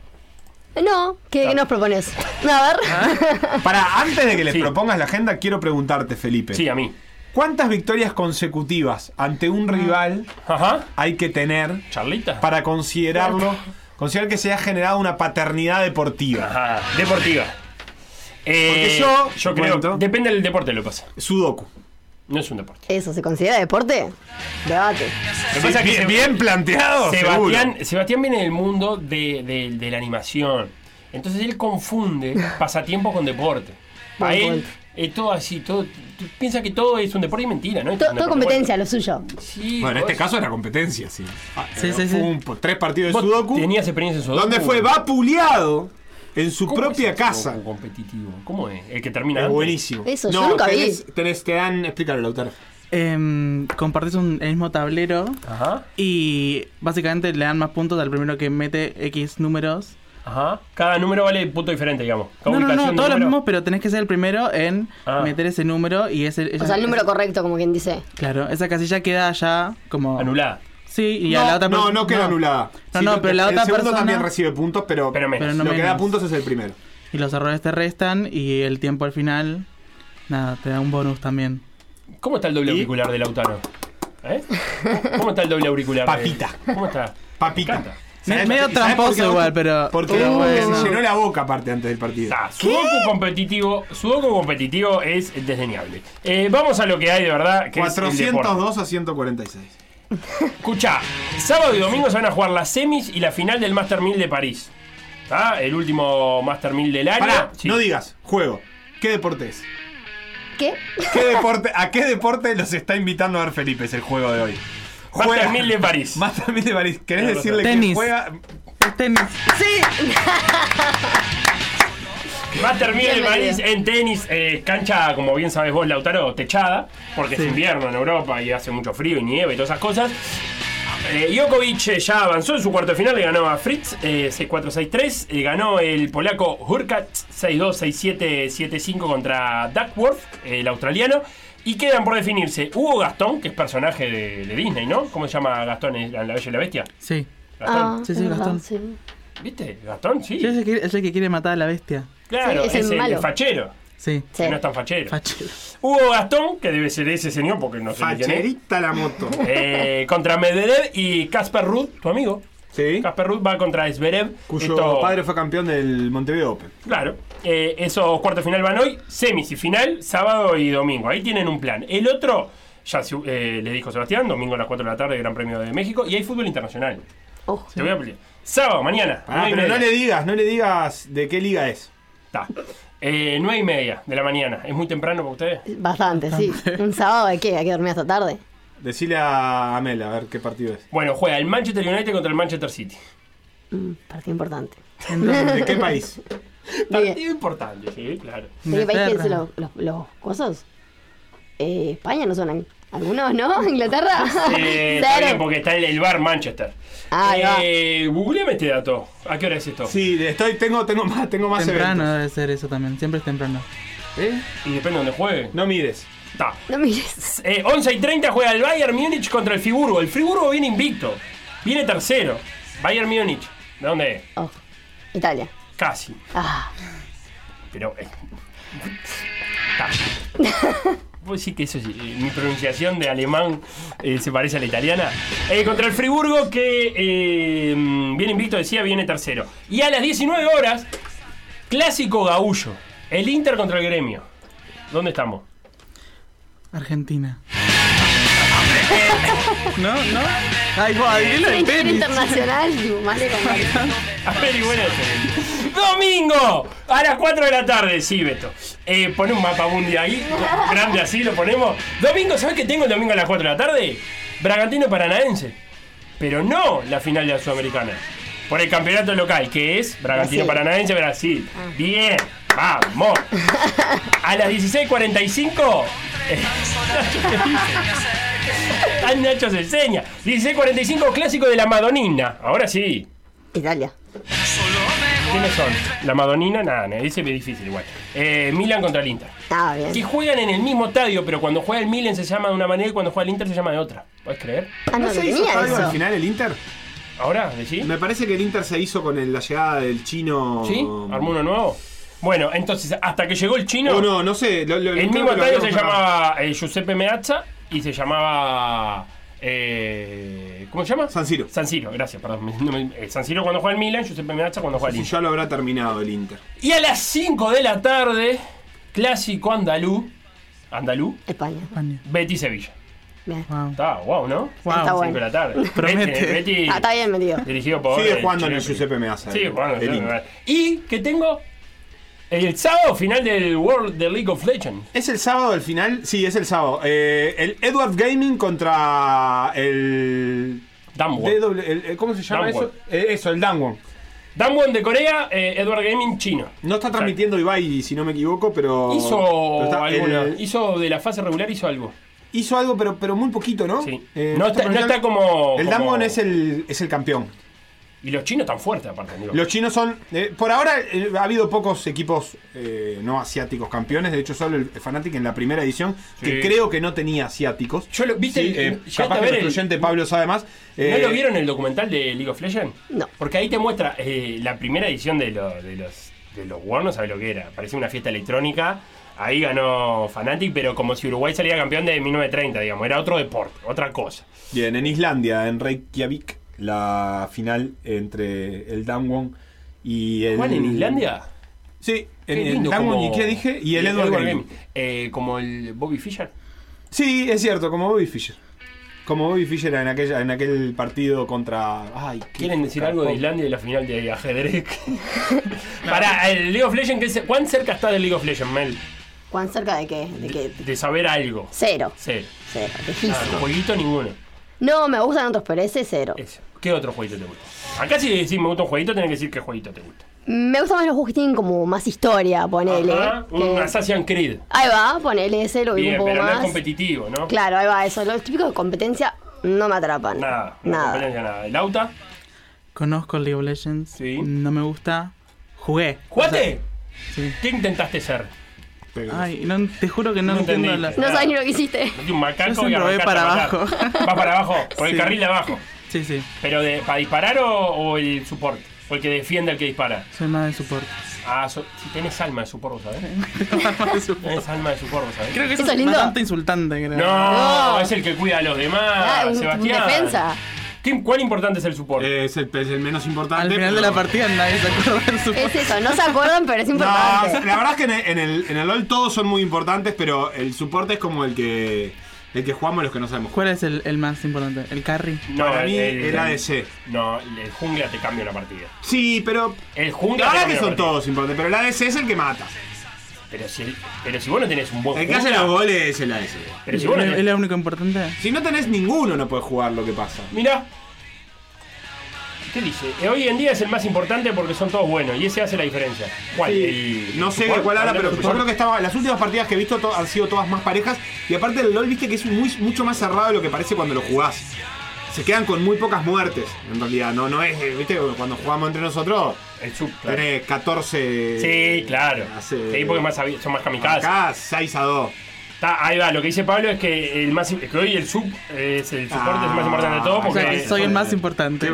S15: No, ¿qué, qué nos propones? A ver.
S2: ¿Ah?
S4: Para, antes de que les propongas la agenda, quiero preguntarte, Felipe.
S2: Sí, a mí.
S4: ¿Cuántas victorias consecutivas ante un rival hay que tener
S2: Charlita.
S4: para considerarlo, considerar que se ha generado una paternidad deportiva?
S2: Ajá, deportiva. Eh,
S4: Porque yo,
S2: yo
S4: te
S2: creo.
S4: cuento,
S2: Depende del deporte, lo que pasa.
S4: Sudoku.
S2: No es un deporte.
S15: ¿Eso se considera deporte? Debate.
S2: Lo que pasa es que
S4: bien-
S2: Seb-
S4: bien planteado,
S2: Sebastián, Sebastián viene del mundo de, de- de la animación. Entonces él confunde pasatiempo con deporte. A
S15: Buen
S2: él
S15: punto.
S2: es todo así, todo, tú piensa que todo es un deporte y mentira, ¿no? Es
S15: To-
S2: un
S15: todo
S2: deporte.
S15: competencia, lo suyo.
S2: Sí,
S4: Bueno, en este
S2: vos-
S4: caso era competencia, sí. Ah,
S2: Sí,
S4: eh,
S2: sí, sí.
S4: fue un po- tres partidos de
S2: vos
S4: Sudoku.
S2: Tenías experiencia en Sudoku.
S4: Donde fue vapuleado en su
S2: ¿Cómo
S4: propia
S2: es el
S4: casa.
S2: Sudoku competitivo? ¿Cómo es? El que termina
S4: Es
S2: antes.
S4: buenísimo.
S15: Eso,
S4: no,
S15: yo nunca vi.
S4: tenés, tenés- te dan. Explícalo, Lautaro.
S16: Em, compartís un, el mismo tablero y básicamente le dan más puntos al primero que mete X números.
S2: Ajá. Cada número vale punto diferente, digamos. Cada
S16: No, no,
S2: ubicación
S16: no,
S2: de
S16: todos los
S2: número.
S16: mismos, pero tenés que ser el primero en
S2: Ah.
S16: meter ese número y ese...
S15: O sea, el número correcto, como quien dice.
S16: Claro, esa casilla queda ya como...
S2: Anulada.
S16: Sí, y
S4: no,
S16: a la otra
S4: no,
S16: persona-
S4: no queda anulada.
S16: No,
S4: Sí,
S16: no, pero la
S4: el
S16: otra
S4: segundo
S16: persona...
S4: también recibe puntos, pero,
S16: menos.
S4: lo que da
S16: menos.
S4: puntos es el primero.
S16: Y los errores te restan y el tiempo al final, nada, te da un bonus también.
S2: ¿Cómo está el doble auricular de Lautaro? ¿Eh? ¿Cómo está el doble auricular? de-
S4: Papita.
S2: ¿Cómo está?
S4: Papita.
S16: Me-
S4: ¿Sabés
S16: medio
S4: por qué? ¿Sabés por
S16: tramposo
S4: qué?
S16: igual, pero...
S4: Porque
S16: Uh,
S4: porque
S16: bueno.
S4: se llenó la boca aparte antes del partido.
S2: Ah, Sudoku competitivo, sudoku competitivo es desdeñable. Eh, vamos a lo que hay de verdad. Que es el deporte.
S4: 402 a 146.
S2: Escucha, sábado y domingo se van a jugar las semis y la final del Master 1000 de París. ¿Está? El último Master 1000 del año.
S4: Pará,
S2: Sí.
S4: no digas, juego. ¿Qué deporte es?
S15: ¿Qué?
S4: ¿Qué deporte, ¿A qué deporte los está invitando a ver Felipe? Es el juego de hoy.
S2: Master
S4: Juega-
S2: 1000 de París.
S4: Master 1000 de París. ¿Querés
S2: Tenés
S4: decirle
S2: razón.
S4: que
S2: Tenis.
S4: juega?
S16: Tenis.
S15: ¡Sí!
S2: Master 1000 de
S15: Bien
S2: París
S15: metido.
S2: en tenis, eh, cancha, como bien sabes vos, Lautaro, techada, porque
S16: Sí.
S2: es invierno en Europa y hace mucho frío y nieve y todas esas cosas. Eh, Djokovic eh, ya avanzó en su cuarto de final, le ganó a Fritz eh, 6-4-6-3, eh, ganó el polaco Hurkat 6-2-6-7-7-5 contra Duckworth, el australiano, y quedan por definirse Hugo Gastón, que es personaje de, de Disney, ¿no? ¿Cómo se llama Gastón en La Bella y la Bestia?
S16: Sí.
S2: Gastón.
S15: Ah,
S16: sí, sí, Gastón.
S2: ¿Viste? Gastón, sí.
S16: Sí, Es, el que, es el que quiere matar a la bestia.
S2: Claro,
S16: Sí,
S2: es, el, el fachero.
S16: Sí.
S2: Que no es tan fachero. Hugo Gastón, que debe ser ese señor porque no sé ni quién es.
S4: Facherita la moto.
S2: Eh, contra Medvedev y Casper Ruud, tu amigo.
S4: Sí.
S2: Casper Ruud va contra Zverev.
S4: Cuyo
S2: Esto-
S4: padre fue campeón del Montevideo Open.
S2: Claro. Eh, esos cuartos de final van hoy, semis y final, sábado y domingo. Ahí tienen un plan. El otro, ya se- eh, le dijo Sebastián, domingo a las 4 de la tarde, Gran Premio de México. Y hay fútbol internacional. Te voy a pelear. Sábado, mañana.
S4: Pará, Ah, pero no le digas, no le digas de qué liga es.
S2: Está. Eh, 9 y media de la mañana. ¿Es muy temprano para ustedes?
S15: Bastante, sí. ¿Un sábado de qué? ¿Hay que dormir hasta tarde?
S4: Decile a Amel a ver qué partido es.
S2: Bueno, juega el Manchester United contra el Manchester City.
S15: Mm, partido importante.
S4: ¿De qué país?
S2: Partido importante, sí, claro.
S15: ¿De qué país que son los, los, los cosos? Eh, España no son. Algunos, ¿no? ¿Inglaterra?
S2: Eh, está bien, porque está en el bar Manchester.
S15: Ahí va.
S2: Eh, googleame este dato. ¿A qué hora es esto?
S4: Sí, estoy, tengo, tengo más, tengo más
S16: Temprano
S4: eventos.
S16: debe ser eso también. Siempre es temprano.
S4: ¿Eh?
S2: Y depende de donde juegue.
S4: No mires.
S2: Está.
S15: No mires.
S2: Eh, 11 y 30 juega el Bayern Múnich contra el Friburgo. El Friburgo viene invicto. Viene tercero. Bayern Múnich. ¿De dónde es?
S15: Oh, Italia.
S2: Casi.
S15: Ah,
S2: Pero. eh, casi. Puedo decir que eso es, eh, mi pronunciación de alemán eh, se parece a la italiana. Eh, contra el Friburgo, que eh, mm, viene invicto, decía, viene tercero. Y a las 19 horas, clásico gaullo. El Inter contra el gremio. ¿Dónde estamos?
S16: Argentina. ¿No? ¿No? Ay, vos, adivina el
S15: Soy
S16: tenis.
S15: internacional, digo, más de como-
S2: A ver, y bueno, Domingo a las 4 de la tarde, sí, Beto. Eh, pone un mapa mundi ahí, grande así, lo ponemos. Domingo, ¿sabes qué tengo el domingo a las 4 de la tarde? Bragantino Paranaense. Pero no la final de la Sudamericana. Por el campeonato local, que es Bragantino
S14: Brasil.
S2: Paranaense Brasil. Bien, vamos. A las 16.45. eh, Ay, Nacho se enseña. 16.45 clásico de la Madonina. Ahora sí.
S15: Italia.
S2: ¿Quiénes son? La Madonina, nada, me dice que es difícil igual. Eh, Milan contra el Inter.
S15: Ah, bien.
S2: Que juegan en el mismo estadio, pero cuando juega el Milan se llama de una manera y cuando juega el Inter se llama de otra. ¿Puedes creer?
S15: Ah, no,
S4: ¿No se
S15: lo
S4: hizo
S15: tenía
S4: estadio
S15: eso.
S4: al final el Inter?
S2: ¿Ahora? ¿Decís?
S4: Me parece que el Inter se hizo con el- la llegada del chino.
S2: ¿Sí? ¿Armó uno nuevo? Bueno, entonces, hasta que llegó el chino.
S4: Oh, No, no, no sé. lo- lo-
S2: el
S4: creo
S2: mismo
S4: que lo
S2: estadio se
S4: habíamos hablado.
S2: llamaba eh, Giuseppe Meazza y se llamaba. eh, ¿Cómo se llama? San Siro. San Siro, gracias, perdón. me- no me- eh, San Siro cuando juega el Milan, Giuseppe Meazza cuando juega el
S4: Sí,
S2: Inter.
S4: ya lo habrá terminado el Inter.
S2: Y a las 5 de la tarde, clásico andalú. Andalú.
S15: España.
S2: Betty Sevilla.
S15: Bien.
S2: Está guau, ¿no?
S15: Wow. Está bueno.
S2: Cinco de la tarde. Betty, Betty,
S15: Ah, está bien metido.
S2: dirigido por.
S4: Sigue
S2: eh,
S4: jugando en el
S2: Giuseppe.
S4: Giuseppe Meazza. eh,
S2: Sigue
S4: el-
S2: jugando en
S4: el
S2: el
S4: Inter.
S2: Giuseppe. Y que tengo el sábado final del World de League of Legends.
S4: ¿Es el sábado el final? Sí, es el sábado. Eh, el Edward Gaming contra el.
S2: Damwon.
S4: DW, el- el- ¿Cómo se llama
S2: Damwon.
S4: eso? Eh, eso, el Damwon.
S2: Damwon de Corea, eh, Edward Gaming chino.
S4: No está transmitiendo Ibai, si no me equivoco, pero.
S2: Hizo
S4: pero está-
S2: alguna-
S4: el-
S2: hizo de la fase regular hizo algo.
S4: hizo algo, pero, pero muy poquito, ¿no? Eh,
S2: No está- no
S4: pronunciando-
S2: está como-
S4: El
S2: como-
S4: Damwon es el, es el campeón.
S2: Y los chinos tan fuertes aparte, digo.
S4: Los chinos son. eh, por ahora eh, ha habido pocos equipos eh, no asiáticos campeones. De hecho, solo el Fanatic en la primera edición, que
S2: Sí.
S4: creo que no tenía asiáticos.
S2: Yo lo- ¿viste el-
S4: eh,
S2: llegaste
S4: capaz
S2: a
S4: que
S2: ver
S4: nuestro
S2: el-
S4: oyente Pablo sabe más.
S2: ¿No
S4: Eh,
S2: lo vieron el documental de League of Legends?
S15: No.
S2: Porque ahí te muestra eh, la primera edición de, lo- de los de los War, no sabes lo que era. Parecía una fiesta electrónica. Ahí ganó Fnatic, pero como si Uruguay salía campeón de 1930, digamos. Era otro deporte, otra cosa.
S4: Bien, en Islandia, en Reykjavik, la final entre el Damwon y el.
S2: ¿Juegan en Islandia?
S4: Sí, en
S2: Qué
S4: el
S2: lindo
S4: Damwon
S2: como-
S4: y qué dije, y el Edward Gaming.
S2: Eh, como el Bobby Fischer.
S4: Sí, es cierto, como Bobby Fischer. Como Bobby Fischer en, aquella, en aquel partido contra. Ay, qué-
S2: ¿Quieren decir algo de Islandia y la final de ajedrez? Para el League of Legends, ¿qué es- ¿cuán cerca está del League of Legends, Mel?
S15: ¿Cuán cerca de qué? ¿De qué?
S2: De saber algo.
S15: Cero.
S2: Cero.
S15: Cero.
S2: Nada,
S15: Lejísimo.
S2: jueguito ninguno.
S15: No, me gustan otros, pero ese cero.
S2: ¿Qué otro jueguito te gusta? Acá si decís me gusta un jueguito, tenés que decir qué jueguito te gusta.
S15: Me gustan más los juegos que tienen como más historia, ponele.
S2: Ajá, Ah, Un Assassin's Creed.
S15: Ahí va, ponele ese, lo vi un
S2: Bien,
S15: poco
S2: pero no es
S15: más.
S2: competitivo, ¿no?
S15: claro, ahí va eso. Los típicos de competencia no me atrapan.
S2: Nada, no
S15: Nada.
S2: competencia, nada. ¿El auta?
S16: Conozco League of Legends. No me gusta. Jugué.
S2: ¡Juate!
S16: Sí.
S2: ¿Qué intentaste ser?
S16: Ay, no, te juro que no,
S2: No
S16: entiendo
S2: entendiste.
S16: la-
S15: No sabes ni lo que hiciste.
S2: Metí un macaco
S16: Yo siempre
S2: y
S16: voy
S2: arrancaste
S16: para
S2: a matar.
S16: abajo.
S2: ¿Vas para abajo? Por el
S16: Sí.
S2: carril de abajo.
S16: Sí, sí.
S2: ¿Pero de, para disparar o, o el support? ¿O el que defiende al que dispara?
S16: Soy más de soporte.
S2: Ah, so- si tenés alma de support, ¿sabes? tenés alma de support, ¿sabes?
S16: Creo que eso, es bastante insultante, creo.
S2: No, es el que cuida a los demás,
S16: Ah, un- un
S2: Sebastián.
S16: defensa.
S2: ¿Qué- ¿Cuál importante es el support?
S4: Es el, es el menos importante.
S16: Al final de la partida nadie se acuerda del support.
S15: Es eso, no se acuerdan, pero es
S4: No,
S15: importante.
S4: la verdad es que en el, en, el, en el LOL todos son muy importantes, pero el soporte es como el que. El que jugamos los que no sabemos.
S16: ¿Cuál es el, el más importante? ¿El carry?
S2: No,
S4: Para mí
S2: el-
S4: el ADC.
S2: No, el jungla te cambia una partida.
S4: Sí, pero.
S2: El
S4: La
S2: jungla
S4: verdad
S2: te
S4: que
S2: cambia
S4: son
S2: una partida.
S4: todos importantes, pero el ADC es el que mata.
S2: Pero si, el- pero si vos no tenés un buen
S4: El que hace
S2: jungla-
S4: los goles es el ADC.
S2: Pero si vos no
S16: ¿El,
S2: tenés...
S16: el único importante?
S4: Si no tenés ninguno, no puedes jugar lo que pasa.
S2: Mirá. ¿Qué dice? Eh, Hoy en día es el más importante porque son todos buenos y ese hace la diferencia. ¿Cuál?
S4: Sí,
S2: El- Ah,
S4: no sé
S2: ¿Support?
S4: cuál ahora,
S2: ¿Hablando
S4: pero
S2: de
S4: yo
S2: support?
S4: creo que estaba. Las últimas partidas que he visto to- han sido todas más parejas. Y aparte el LOL, viste que es muy, mucho más cerrado de lo que parece cuando lo jugás. Se quedan con muy pocas muertes, en realidad. No, no es, eh, viste, cuando jugamos entre nosotros,
S2: El sub, claro.
S4: tenés 14.
S2: Sí, claro.
S4: hace-
S2: Sí, porque más, habi- son más kamikazes.
S4: Acá 6 a 2.
S2: Está, ahí va, lo que dice Pablo es que, el más, im- es que hoy el sub eh, es el soporte es el
S17: Ah.
S2: más importante de todo.
S16: O
S2: Porque
S16: sea, que soy el más importante.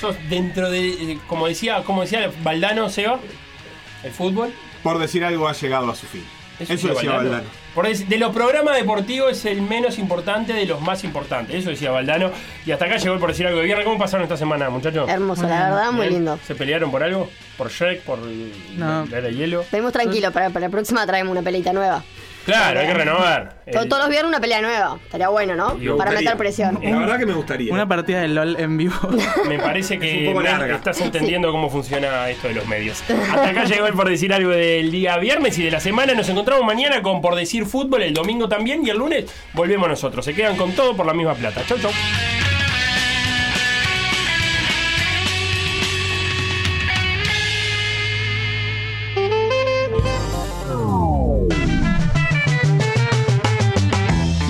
S2: Sos dentro de, eh, como decía, como decía Valdano, Seba, el fútbol.
S17: Por decir algo, ha llegado a su fin. Eso, decía Valdano.
S2: Por dec- de los programas deportivos es el menos importante de los más importantes. Eso decía Valdano. Y hasta acá llegó el por decir algo de viernes. ¿Cómo pasaron esta semana, muchachos?
S15: Hermoso, la verdad, muy
S2: ¿Bien?
S15: lindo.
S2: ¿Se pelearon por algo? ¿Por Shrek? ¿Por
S15: No.
S2: la era de hielo?
S15: Estuvimos tranquilos, para, para la próxima traemos una peleita nueva.
S2: Claro, hay que renovar.
S15: To- Todos los viernes una pelea nueva. Estaría bueno, ¿no?
S2: Yo
S15: Para
S2: gustaría.
S15: meter presión.
S2: La verdad
S17: que me gustaría.
S16: Una partida de LOL en vivo.
S2: Me parece que
S16: un poco
S2: Blas,
S16: larga.
S2: estás entendiendo cómo funciona esto de los medios. Hasta acá llegó el por decir algo del día viernes y de la semana. Nos encontramos mañana con por decir fútbol, el domingo también y el lunes volvemos nosotros. Se quedan con todo por la misma plata. Chau, chau.